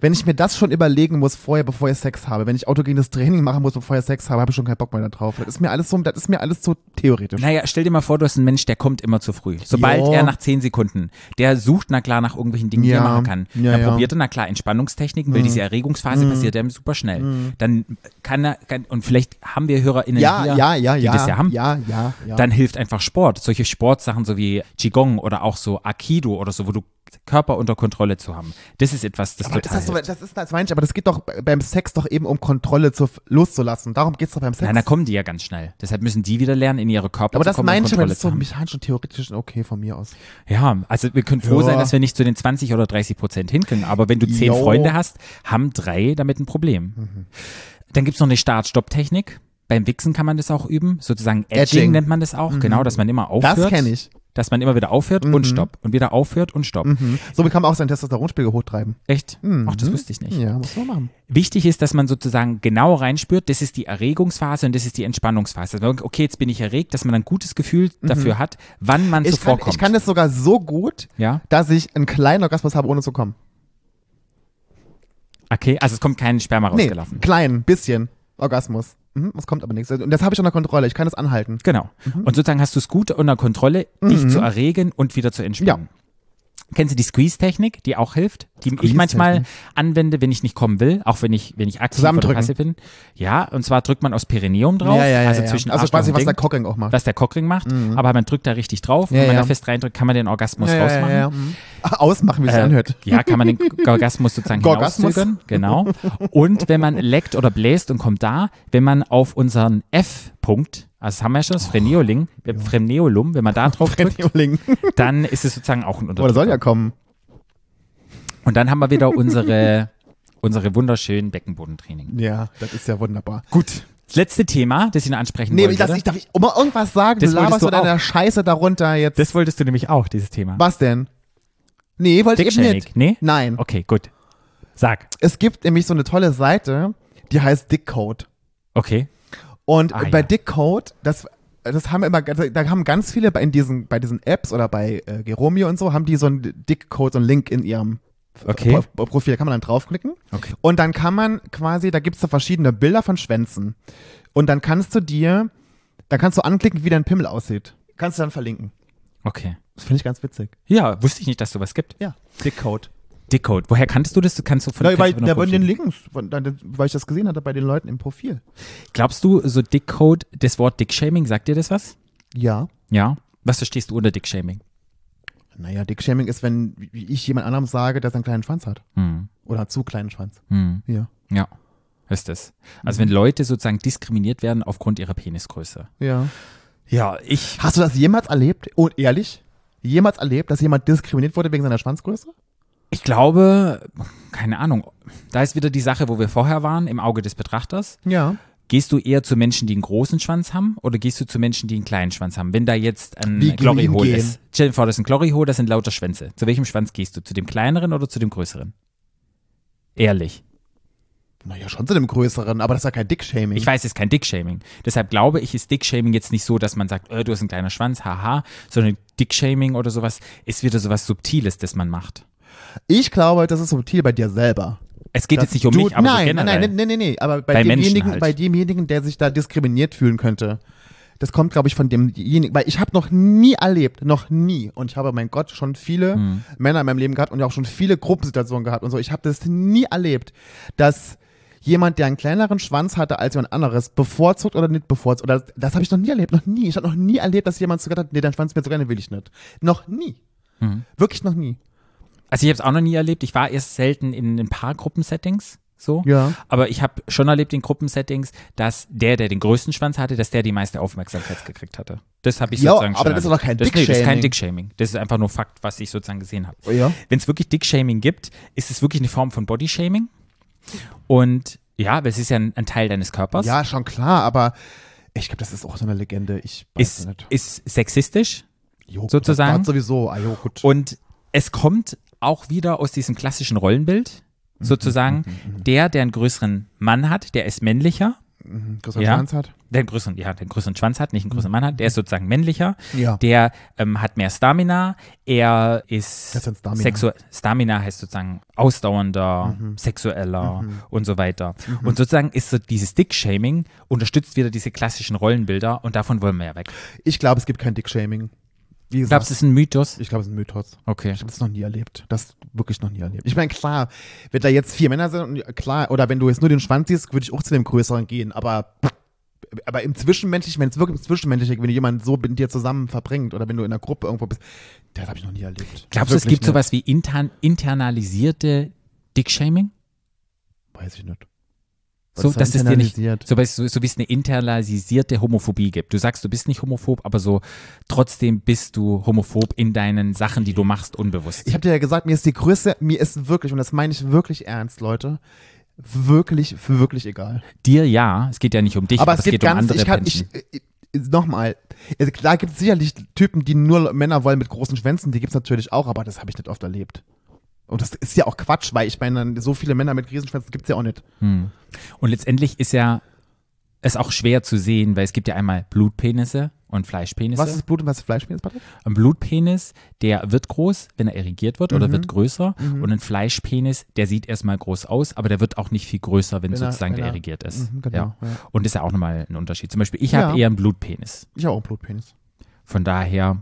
Wenn ich mir das schon überlegen muss vorher, bevor ich Sex habe, wenn ich autogenes Training machen muss, bevor ich Sex habe, habe ich schon keinen Bock mehr da drauf. Das ist mir alles so, das ist mir alles so theoretisch. naja, stell dir mal vor, du hast einen Mensch, der kommt immer zu früh. Sobald Jo. er nach zehn Sekunden, der sucht, na klar, nach irgendwelchen Dingen, die Ja. er machen kann. Ja, dann ja. Mhm. probiert er, na klar, Entspannungstechniken, weil diese Erregungsphase passiert ja super schnell. Dann kann er, kann, und vielleicht haben wir HörerInnen Ja, hier, ja, ja, die ja, das ja haben. ja, ja, ja. Dann hilft einfach Sport. Solche Sportsachen so wie Qigong oder auch so Aikido oder so, wo du Körper unter Kontrolle zu haben. Das ist halt. etwas, das aber das, total ist doch, hilft. das ist, das meine ich, aber das geht doch bei- beim Sex doch eben um Kontrolle zu, loszulassen. Darum geht's doch beim Sex. Nein, da kommen die ja ganz schnell. Deshalb müssen die wieder lernen, in ihre Körper aber zu das kommen meine ich, aber Kontrolle das ist zu so haben. mechanisch und theoretisch okay von mir aus. Ja, also wir können froh Ja. sein, dass wir nicht zu den 20 oder 30 Prozent hinkönnen. Aber wenn du zehn Jo. Mhm. Freunde hast, haben drei damit ein Problem. Dann gibt's noch eine Start-Stopp-Technik. Beim Wichsen kann man das auch üben. Sozusagen Edging, Edging. Mhm. nennt man das auch. Genau, dass man immer aufhört. Das kenne ich. Dass man immer wieder aufhört und stopp. Und wieder aufhört und stopp. Mhm. So kann man auch sein Testosteronspiegel hochtreiben. Echt? Ach, das wusste ich nicht. Ja, muss man machen. Wichtig ist, dass man sozusagen genau reinspürt, das ist die Erregungsphase und das ist die Entspannungsphase. Also, okay, jetzt bin ich erregt, dass man ein gutes Gefühl dafür hat, wann man Mhm. Ich kann, zuvorkommt. ich kann das sogar so gut, ja, dass ich einen kleinen Orgasmus habe, ohne zu kommen. okay, also es kommt kein Sperma Nee, rausgelaufen. klein, bisschen Orgasmus. Mhm, es kommt aber nichts. Und das habe ich unter Kontrolle. Ich kann das anhalten. Genau. Mhm. Und sozusagen hast du es gut unter Kontrolle, dich zu erregen und wieder zu entspannen. Kennst du die Squeeze-Technik, die auch hilft, die ich Squeeze-Technik? manchmal anwende, wenn ich nicht kommen will, auch wenn ich, wenn ich aktiv oder Zusammendrücken. passiv bin? Ja, und zwar drückt man aus Perineum drauf, also zwischen Also Arschloch quasi, und was Ding. der Cocking auch macht. was der Cockring macht, aber man drückt da richtig drauf. Mhm. Ja, Wenn man ja. da fest reindrückt, kann man den Orgasmus rausmachen. ja, mhm. Ah, Ausmachen, wie es Äh, anhört. Ja, kann man den Orgasmus sozusagen Gorgasmus. hinauszögern. Genau. Und wenn man leckt oder bläst und kommt da, wenn man auf unseren F-Punkt, also das haben wir ja schon, das Frenioling, Oh, äh, Fremneolum, wenn man da drauf drückt, Training. dann ist es sozusagen auch ein Oder Unterdruck. soll ja kommen. Und dann haben wir wieder unsere, unsere wunderschönen Beckenbodentraining. Ja, das ist ja wunderbar. Gut. Das letzte Thema, das ich noch ansprechen Nee, wollte. ich, darf, ich darf ich mal irgendwas sagen. Das du laberst wolltest du mit deiner Scheiße darunter jetzt. das wolltest du nämlich auch, dieses Thema. was denn? Nee, wollte ich eben Dickshaming, nicht. nee? Nein. Okay, gut. Sag. Es gibt nämlich so eine tolle Seite, die heißt Dickcode. Okay. Und Ah, bei ja. Dickcode, das, das haben immer, also, da haben ganz viele bei in diesen, bei diesen Apps oder bei äh, Geromeo und so, haben die so einen Dickcode, so einen Link in ihrem Okay. Pro- Profil. Da kann man dann draufklicken. Okay. Und dann kann man quasi, da gibt's da verschiedene Bilder von Schwänzen. Und dann kannst du dir, dann kannst du anklicken, wie dein Pimmel aussieht. Kannst du dann verlinken. Okay. Das finde ich ganz witzig. Ja, wusste ich nicht, dass sowas gibt. Ja, Dickcode. Dickcode. Woher kanntest du das? Du kannst du von Na, kannst du weil, von da einem wurden den Profil- Links, von, dann- weil ich das gesehen hatte bei den Leuten im Profil. Glaubst du, so Dickcode, das Wort Dickshaming, sagt dir das was? Ja. Ja. Was verstehst du unter Dickshaming? Naja, Dickshaming ist, wenn wie ich jemand anderem sage, dass er einen kleinen Schwanz hat. Hm. Oder einen zu kleinen Schwanz. Hm. Ja. Ja. Ist das. Also wenn Leute sozusagen diskriminiert werden aufgrund ihrer Penisgröße. Ja. Ja, ich. Hast du das jemals erlebt? Und ehrlich? Jemals erlebt, dass jemand diskriminiert wurde wegen seiner Schwanzgröße? Ich glaube, keine Ahnung. Da ist wieder die Sache, wo wir vorher waren, im Auge des Betrachters. Ja. Gehst du eher zu Menschen, die einen großen Schwanz haben, oder gehst du zu Menschen, die einen kleinen Schwanz haben? Wenn da jetzt ein Wie Glory Hole hingehen? ist. Stell dir vor, das ist ein Glory Hole, das sind lauter Schwänze. Zu welchem Schwanz gehst du? Zu dem kleineren oder zu dem größeren? Ehrlich. naja, schon zu dem größeren, aber das ist ja kein Dickshaming. Ich weiß, es ist kein Dickshaming. Deshalb glaube ich, ist Dickshaming jetzt nicht so, dass man sagt, äh, du hast ein kleiner Schwanz, haha, sondern Dickshaming oder sowas ist wieder sowas Subtiles, das man macht. Ich glaube, das ist subtil bei dir selber. Es geht Dass jetzt nicht um du- mich, aber so nein, generell. nein, nein, nein, nein, nein, aber bei, Bei Menschen demjenigen, halt. bei demjenigen, der sich da diskriminiert fühlen könnte. Das kommt, glaube ich, von demjenigen, weil ich habe noch nie erlebt, noch nie. Und ich habe, mein Gott, schon viele Hm. Männer in meinem Leben gehabt und auch schon viele Gruppensituationen gehabt und so. Ich habe das nie erlebt, dass jemand, der einen kleineren Schwanz hatte als jemand anderes, bevorzugt oder nicht bevorzugt. Oder das habe ich noch nie erlebt, noch nie. Ich habe noch nie erlebt, dass jemand sogar hat, nee, dein Schwanz ist mir zu gerne will ich nicht. Noch nie. Hm. Wirklich noch nie. Also ich habe es auch noch nie erlebt. Ich war erst selten in ein paar Gruppensettings. So. Ja. Aber ich habe schon erlebt in Gruppensettings, dass der, der den größten Schwanz hatte, dass der die meiste Aufmerksamkeit gekriegt hatte. Das habe ich Ja, sozusagen aber schon das ist erlebt. doch kein das, nee, das ist kein Dickshaming. Dickshaming. Das ist einfach nur Fakt, was ich sozusagen gesehen habe. Ja. Wenn es wirklich Dickshaming gibt, ist es wirklich eine Form von Bodyshaming. Und ja, weil es ist ja ein, ein Teil deines Körpers. Ja, schon klar, aber ich glaube, das ist auch so eine Legende. Ich weiß Ist, nicht. ist sexistisch. Jo, gut, sozusagen. das sowieso. Ah, jo, gut. Und es kommt auch wieder aus diesem klassischen Rollenbild, Mhm, sozusagen. Der, der einen größeren Mann hat, der ist männlicher. Größer ja. Schwanz hat. Der einen größeren, ja, der einen größeren Schwanz hat, nicht einen größeren Mann hat, der ist sozusagen männlicher. Ja. Der ähm, hat mehr Stamina. Er ist Das sind Stamina. Mhm. sexu- Stamina heißt sozusagen ausdauernder, sexueller und so weiter. Und sozusagen ist so dieses Dick-Shaming unterstützt wieder diese klassischen Rollenbilder und davon wollen wir ja weg. Ich glaube, es gibt kein Dickshaming. Wie gesagt, Glaubst du, es ist ein Mythos? ich glaube, es ist ein Mythos. Okay. Ich habe das noch nie erlebt. Das wirklich noch nie erlebt. Ich meine, klar, wenn da jetzt vier Männer sind, und äh, klar, oder wenn du jetzt nur den Schwanz siehst, würde ich auch zu dem Größeren gehen, aber. Aber im Zwischenmenschlichen, wenn es wirklich im Zwischenmenschlichen, wenn du jemanden so mit dir zusammen verbringt oder wenn du in einer Gruppe irgendwo bist, das habe ich noch nie erlebt. Glaubst du, es Wirklich ne? gibt nicht. sowas wie intern, internalisierte Dick-Shaming? Weiß ich nicht. Was So, ist dass es dir nicht, internalisiert? so, weißt du, so wie es eine internalisierte Homophobie gibt. Du sagst, du bist nicht homophob, aber so trotzdem bist du homophob in deinen Sachen, die du machst, unbewusst. Ich habe dir ja gesagt, mir ist die Größe, mir ist wirklich, und das meine ich wirklich ernst, Leute, wirklich, wirklich egal. Dir ja, es geht ja nicht um dich, aber es es gibt geht um ganz, andere ich kann, ich, Menschen. ich, nochmal, also da gibt es sicherlich Typen, die nur Männer wollen mit großen Schwänzen, die gibt es natürlich auch, aber das habe ich nicht oft erlebt. Und das ist ja auch Quatsch, weil ich meine, so viele Männer mit Riesenschwänzen gibt es ja auch nicht. Und letztendlich ist ja es auch schwer zu sehen, weil es gibt ja einmal Blutpenisse und Fleischpenisse. Was ist Blut und was ist Fleisch, Patrick? Ein Blutpenis, der wird groß, wenn er erregiert wird Mhm. oder wird größer. Und ein Fleischpenis, der sieht erstmal groß aus, aber der wird auch nicht viel größer, wenn, Wenn er- sozusagen wenn der er- erregiert ist. Mhm, genau, ja. Und ist ja auch nochmal ein Unterschied. Zum Beispiel, ich Ja. habe eher einen Blutpenis. Ich habe auch einen Blutpenis. Von daher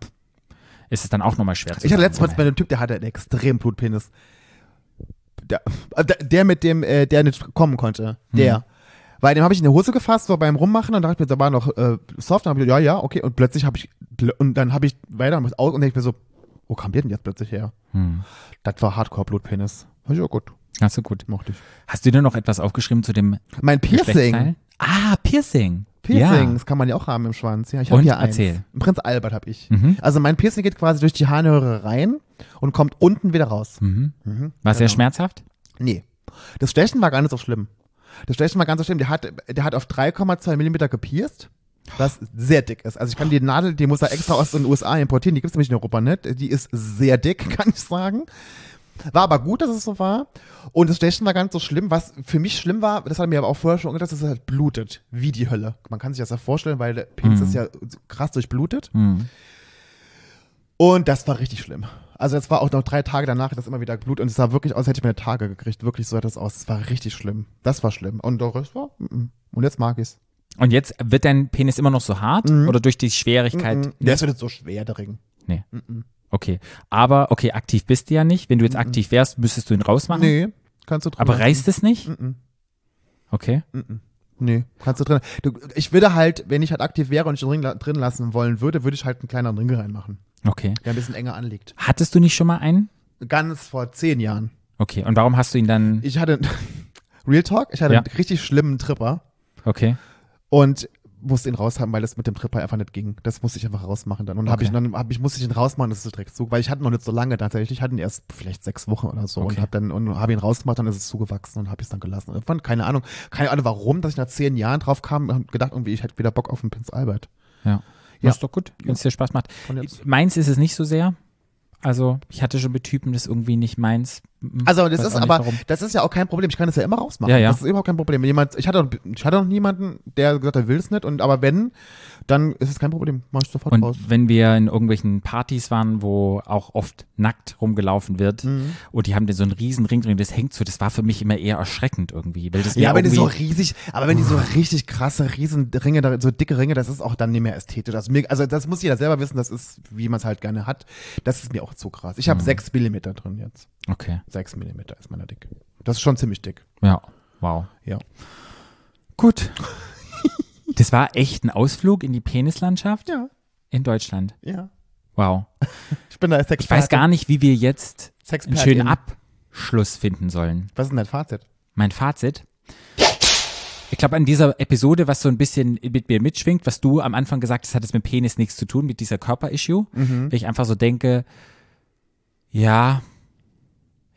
ist es dann auch nochmal schwer zu Ich hatte sagen, letztes Mal wo bei man- einem Typ, der hatte einen extrem Blutpenis. Der, äh, der- der mit dem, äh, der nicht kommen konnte. Hm. Der. Weil dem habe ich in die Hose gefasst, so beim Rummachen, und dachte ich mir, da war noch äh, soft, dann habe ich gedacht, ja, ja, okay, und plötzlich habe ich, pl- und dann habe ich weiter und aus, und denke ich mir so, wo kam der denn jetzt plötzlich her? Hm. Das war Hardcore-Blutpenis. Fand ich auch gut, Ach so, gut. mochte ich. Hast du dir noch etwas aufgeschrieben zu dem Mein Piercing. Geschlechtsteil? Ah, Piercing. Piercing, Ja. das kann man ja auch haben im Schwanz. Ja, ich habe Und? hier eins. Erzähl. Ein Prinz Albert habe ich. Mhm. Also mein Piercing geht quasi durch die Harnröhre rein und kommt unten wieder raus. Mhm. War sehr Genau. schmerzhaft? Nee. Das Stechen war gar nicht so schlimm. Das Stechen war ganz so schlimm. Der hat, der hat auf 3,2 Millimeter gepierst, was sehr dick ist. Also ich kann die Nadel, die muss er extra aus den USA importieren. Die gibt es nämlich in Europa nicht. Die ist sehr dick, kann ich sagen. War aber gut, dass es so war. Und das Stechen war gar nicht so schlimm. Was für mich schlimm war, das hat mir aber auch vorher schon gedacht, dass es halt blutet. Wie die Hölle. Man kann sich das ja vorstellen, weil der Penis ist ja krass durchblutet. Hm. Und das war richtig schlimm. Also das war auch noch drei Tage danach, das immer wieder Blut und es sah wirklich aus, als hätte ich meine Tage gekriegt. Wirklich so sah das aus. Es war richtig schlimm. Das war schlimm. Und der Rest war. mm, mm. Und jetzt mag ich's. Und jetzt wird dein Penis immer noch so hart Mhm. oder durch die Schwierigkeit? Mm, Der ist jetzt so schwer, der Ring. Nee. Okay. Aber okay, aktiv bist du ja nicht. Wenn du jetzt aktiv wärst, müsstest du ihn rausmachen. Mhm. Nee, Mhm. kannst du drin. Aber lassen. Mm, reißt es nicht? Okay. Nee, kannst du drin. Du, ich würde halt, wenn ich halt aktiv wäre und ich den Ring la- drin lassen wollen würde, würde ich halt einen kleineren Ring reinmachen, Okay. der ein bisschen enger anliegt. Hattest du nicht schon mal einen? Ganz vor zehn Jahren. Okay. Und warum hast du ihn dann? Ich hatte Real Talk, ich hatte Ja. einen richtig schlimmen Tripper. Okay. und musste ihn raushaben, weil das mit dem Tripper einfach nicht ging. Das musste ich einfach rausmachen dann. Und hab Okay. ich dann hab ich, musste ich ihn rausmachen, das ist direkt zu, weil ich hatte noch nicht so lange tatsächlich, ich hatte ihn erst vielleicht sechs Wochen oder so und Okay. habe dann und habe ihn rausgemacht, dann ist es zugewachsen und habe es dann gelassen. Und irgendwann, keine Ahnung, keine Ahnung warum, dass ich nach zehn Jahren drauf kam und hab gedacht, irgendwie, ich hätte wieder Bock auf einen Prinz Albert. Ja. Ja. Ist doch gut, wenn es dir Spaß macht. Und jetzt? Meins ist es nicht so sehr. Also, ich hatte schon mit Typen, das ist irgendwie nicht meins. Also das Weiß ist auch nicht, aber, warum. das ist ja auch kein Problem. Ich kann das ja immer rausmachen. Ja, ja. Das ist überhaupt kein Problem. Wenn Jemand, ich, hatte, auch- ich hatte noch niemanden, der gesagt hat, er will es nicht. Und, aber wenn, dann ist es kein Problem. Mach ich sofort raus. Und wenn wir in irgendwelchen Partys waren, wo auch oft nackt rumgelaufen wird Mhm. und die haben dann so einen riesen Ring drin, das hängt so, das war für mich immer eher erschreckend irgendwie. Weil das mir Ja, wenn die so irgendwie, riesig, aber wenn die so richtig krasse riesen Ringe, da- so dicke Ringe, das ist auch dann nicht mehr ästhetisch. Also, mir, also das muss jeder selber wissen, das ist, wie man es halt gerne hat. Das ist mir auch zu krass. Ich habe sechs Millimeter drin jetzt. Okay, Sechs Millimeter ist meiner dick. Das ist schon ziemlich dick. ja, wow. Ja. Gut. das war echt ein Ausflug in die Penislandschaft Ja, in Deutschland. ja. Wow. Ich bin da Sex. Ich weiß gar nicht, wie wir jetzt einen Sexpertin. schönen Abschluss finden sollen. Was ist denn dein Fazit? Mein Fazit. Ich glaube, an dieser Episode, was so ein bisschen mit mir mitschwingt, was du am Anfang gesagt hast, hat es mit Penis nichts zu tun, mit dieser Körperissue. Weil ich einfach so denke, ja,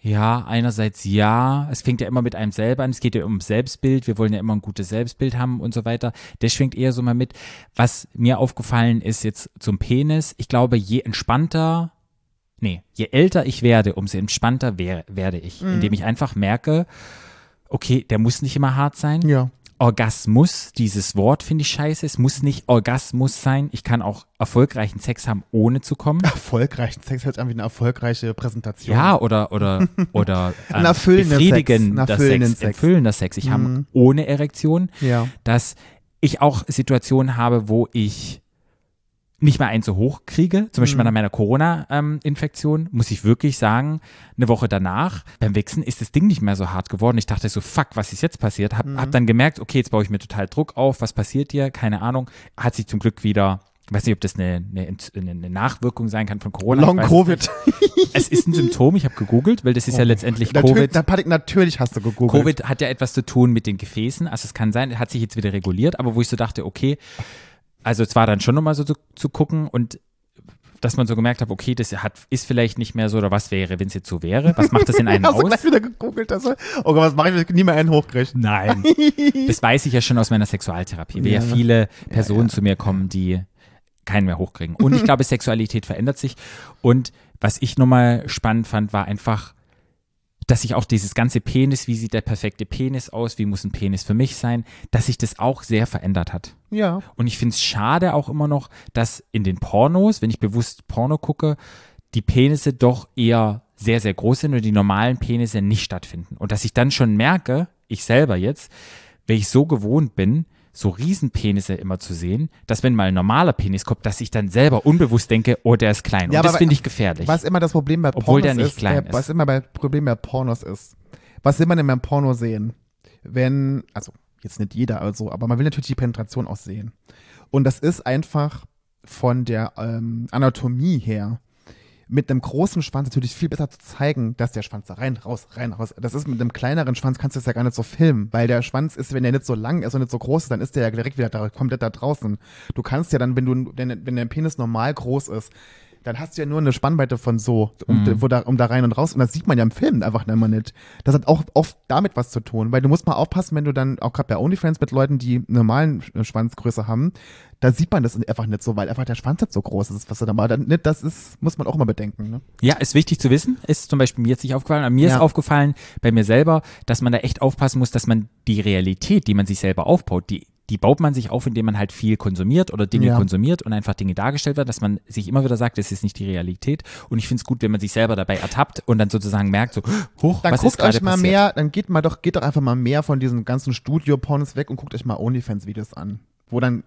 ja, einerseits ja, es fängt ja immer mit einem selber an, es geht ja um Selbstbild, wir wollen ja immer ein gutes Selbstbild haben und so weiter. Das schwingt eher so mal mit. Was mir aufgefallen ist jetzt zum Penis, ich glaube, je entspannter, nee, je älter ich werde, umso entspannter wer, werde ich, indem ich einfach merke, okay, der muss nicht immer hart sein. Ja. Orgasmus, dieses Wort finde ich scheiße, es muss nicht Orgasmus sein. Ich kann auch erfolgreichen Sex haben, ohne zu kommen. Erfolgreichen Sex hört sich an wie eine erfolgreiche Präsentation. Ja, oder oder oder ähm, Ein erfüllender befriedigender Sex, ein erfüllenden Sex, Sex. Mhm. erfüllender Sex. Ich habe ohne Erektion, Ja. dass ich auch Situationen habe, wo ich nicht mal einen so hoch kriege. Zum Beispiel nach meiner Corona-Infektion ähm, muss ich wirklich sagen, eine Woche danach beim Wichsen ist das Ding nicht mehr so hart geworden. Ich dachte so, fuck, was ist jetzt passiert? Hab, hab dann gemerkt, okay, jetzt baue ich mir total Druck auf. Was passiert hier? Keine Ahnung. Hat sich zum Glück wieder, ich weiß nicht, ob das eine, eine, Ent- eine- eine Nachwirkung sein kann von Corona. Ich Long weiß es Covid. es ist ein Symptom, ich habe gegoogelt, weil das ist ja letztendlich Oh Natürlich, Covid. na, Patrick, natürlich hast du gegoogelt. Covid hat ja etwas zu tun mit den Gefäßen. Also es kann sein, hat sich jetzt wieder reguliert, aber wo ich so dachte, okay, also es war dann schon nochmal so zu, zu gucken und dass man so gemerkt hat, okay, das hat, ist vielleicht nicht mehr so, oder was wäre, wenn es jetzt so wäre? Was macht das in einem Hast du aus? gleich wieder gegoogelt? Das, oh Gott, was mache ich, wenn ich nie mehr einen hochkriege? Nein. Das weiß ich ja schon aus meiner Sexualtherapie, weil ja, Ja. viele Personen zu mir kommen, die keinen mehr hochkriegen. Und ich glaube, Sexualität verändert sich. Und was ich nochmal spannend fand, war einfach, dass ich auch dieses ganze Penis, wie sieht der perfekte Penis aus, wie muss ein Penis für mich sein, dass sich das auch sehr verändert hat. Ja. Und ich finde es schade auch immer noch, dass in den Pornos, wenn ich bewusst Porno gucke, die Penisse doch eher sehr, sehr groß sind und die normalen Penisse nicht stattfinden. Und dass ich dann schon merke, ich selber jetzt, weil ich so gewohnt bin, so Riesenpenisse immer zu sehen, dass wenn mal ein normaler Penis kommt, dass ich dann selber unbewusst denke, oh, der ist klein. Ja, und das aber- finde ich gefährlich. Was immer das Problem bei Obwohl Pornos der nicht ist, klein äh, ist. was immer bei Problem bei Pornos ist. Was will man denn beim Porno sehen? Wenn, also jetzt nicht jeder also, aber man will natürlich die Penetration auch sehen. Und das ist einfach von der ähm, Anatomie her mit einem großen Schwanz natürlich viel besser zu zeigen, dass der Schwanz da rein, raus, rein, raus. Das ist mit einem kleineren Schwanz kannst du das ja gar nicht so filmen, weil der Schwanz ist, wenn der nicht so lang ist und nicht so groß ist, dann ist der ja direkt wieder da, komplett da draußen. Du kannst ja dann, wenn du, wenn, wenn dein Penis normal groß ist, dann hast du ja nur eine Spannweite von so, um, Mhm. wo da, um da rein und raus. Und das sieht man ja im Film einfach immer nicht. Das hat auch oft damit was zu tun, weil du musst mal aufpassen, wenn du dann auch gerade bei OnlyFans mit Leuten, die normalen Sch- Schwanzgröße haben, da sieht man das einfach nicht so, weil einfach der Schwanz nicht so groß ist, was du da mal, dann, nicht, das ist, muss man auch mal bedenken. Ne? Ja, ist wichtig zu wissen. Ist zum Beispiel mir jetzt nicht aufgefallen, aber mir Ja. ist aufgefallen bei mir selber, dass man da echt aufpassen muss, dass man die Realität, die man sich selber aufbaut, die die baut man sich auf, indem man halt viel konsumiert oder Dinge Ja. konsumiert und einfach Dinge dargestellt werden, dass man sich immer wieder sagt, das ist nicht die Realität. Und ich find's gut, wenn man sich selber dabei ertappt und dann sozusagen merkt, so, hoch, Dann was ist guckt gerade euch mal passiert? mehr, dann geht mal doch, geht doch einfach mal mehr von diesen ganzen Studio-Pornos weg und guckt euch mal OnlyFans-Videos an, wo dann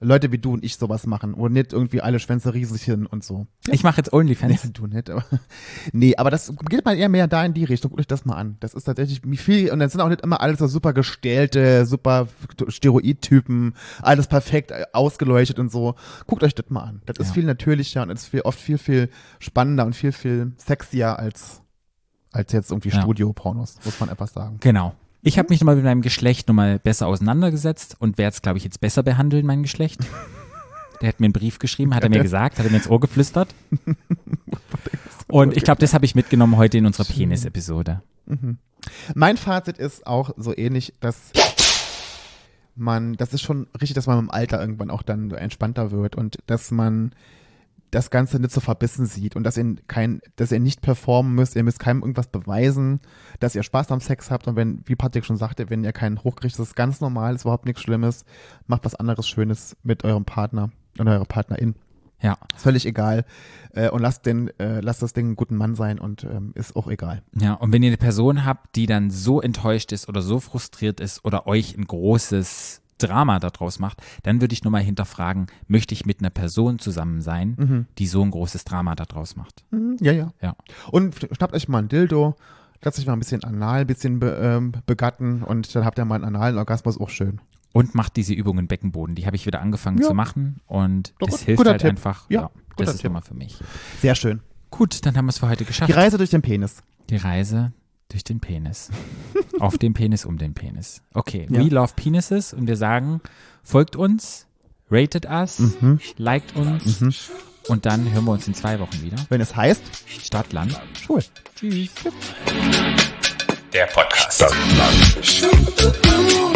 Leute wie du und ich sowas machen und nicht irgendwie alle Schwänze riesig hin und so. Ich mache jetzt Nee, OnlyFans. du nicht, aber. Nee, aber das geht mal eher mehr da in die Richtung. Guckt euch das mal an. Das ist tatsächlich wie viel. Und dann sind auch nicht immer alles so super gestellte, super Steroidtypen, alles perfekt äh, ausgeleuchtet und so. Guckt euch das mal an. Das ist Ja. viel natürlicher und ist viel, oft viel, viel spannender und viel, viel sexier als, als jetzt irgendwie Ja. Studio-Pornos, muss man einfach sagen. Genau. Ich habe mich nochmal mit meinem Geschlecht nochmal besser auseinandergesetzt und werde es, glaube ich, jetzt besser behandeln, mein Geschlecht. Der hat mir einen Brief geschrieben, hat er mir gesagt, hat er mir ins Ohr geflüstert. Und ich glaube, das habe ich mitgenommen heute in unserer Penis-Episode. Mein Fazit ist auch so ähnlich, dass man, das ist schon richtig, dass man im Alter irgendwann auch dann entspannter wird und dass man das Ganze nicht so verbissen sieht und dass ihr kein, dass ihr nicht performen müsst, ihr müsst keinem irgendwas beweisen, dass ihr Spaß am Sex habt und wenn, wie Patrick schon sagte, wenn ihr keinen hochkriegt, das ist ganz normal, ist überhaupt nichts Schlimmes, macht was anderes Schönes mit eurem Partner und eurer Partnerin. Ja. Ist völlig egal. Äh, und lasst den, äh, lasst das Ding einen guten Mann sein und ähm, ist auch egal. Ja, und wenn ihr eine Person habt, die dann so enttäuscht ist oder so frustriert ist oder euch ein großes Drama daraus macht, dann würde ich nur mal hinterfragen, möchte ich mit einer Person zusammen sein, die so ein großes Drama daraus macht? Mhm, ja, ja. Ja. Und schnappt euch mal ein Dildo, lasst euch mal ein bisschen anal, ein bisschen be, ähm, begatten und dann habt ihr mal einen analen Orgasmus auch schön. Und macht diese Übungen Beckenboden. Die habe ich wieder angefangen Ja. zu machen und Doch, das gut, hilft guter halt Tipp. einfach. Ja, Ja, guter das ist Tipp. nochmal für mich. Sehr schön. Gut, dann haben wir es für heute geschafft. Die Reise durch den Penis. Die Reise durch den Penis. Auf den Penis, um den Penis. Okay, Ja. we love penises und wir sagen, folgt uns, ratet us, Mhm. liked uns und dann hören wir uns in zwei Wochen wieder. Wenn es heißt, Stadtland. schwul. Tschüss. Der Podcast. Stadtland.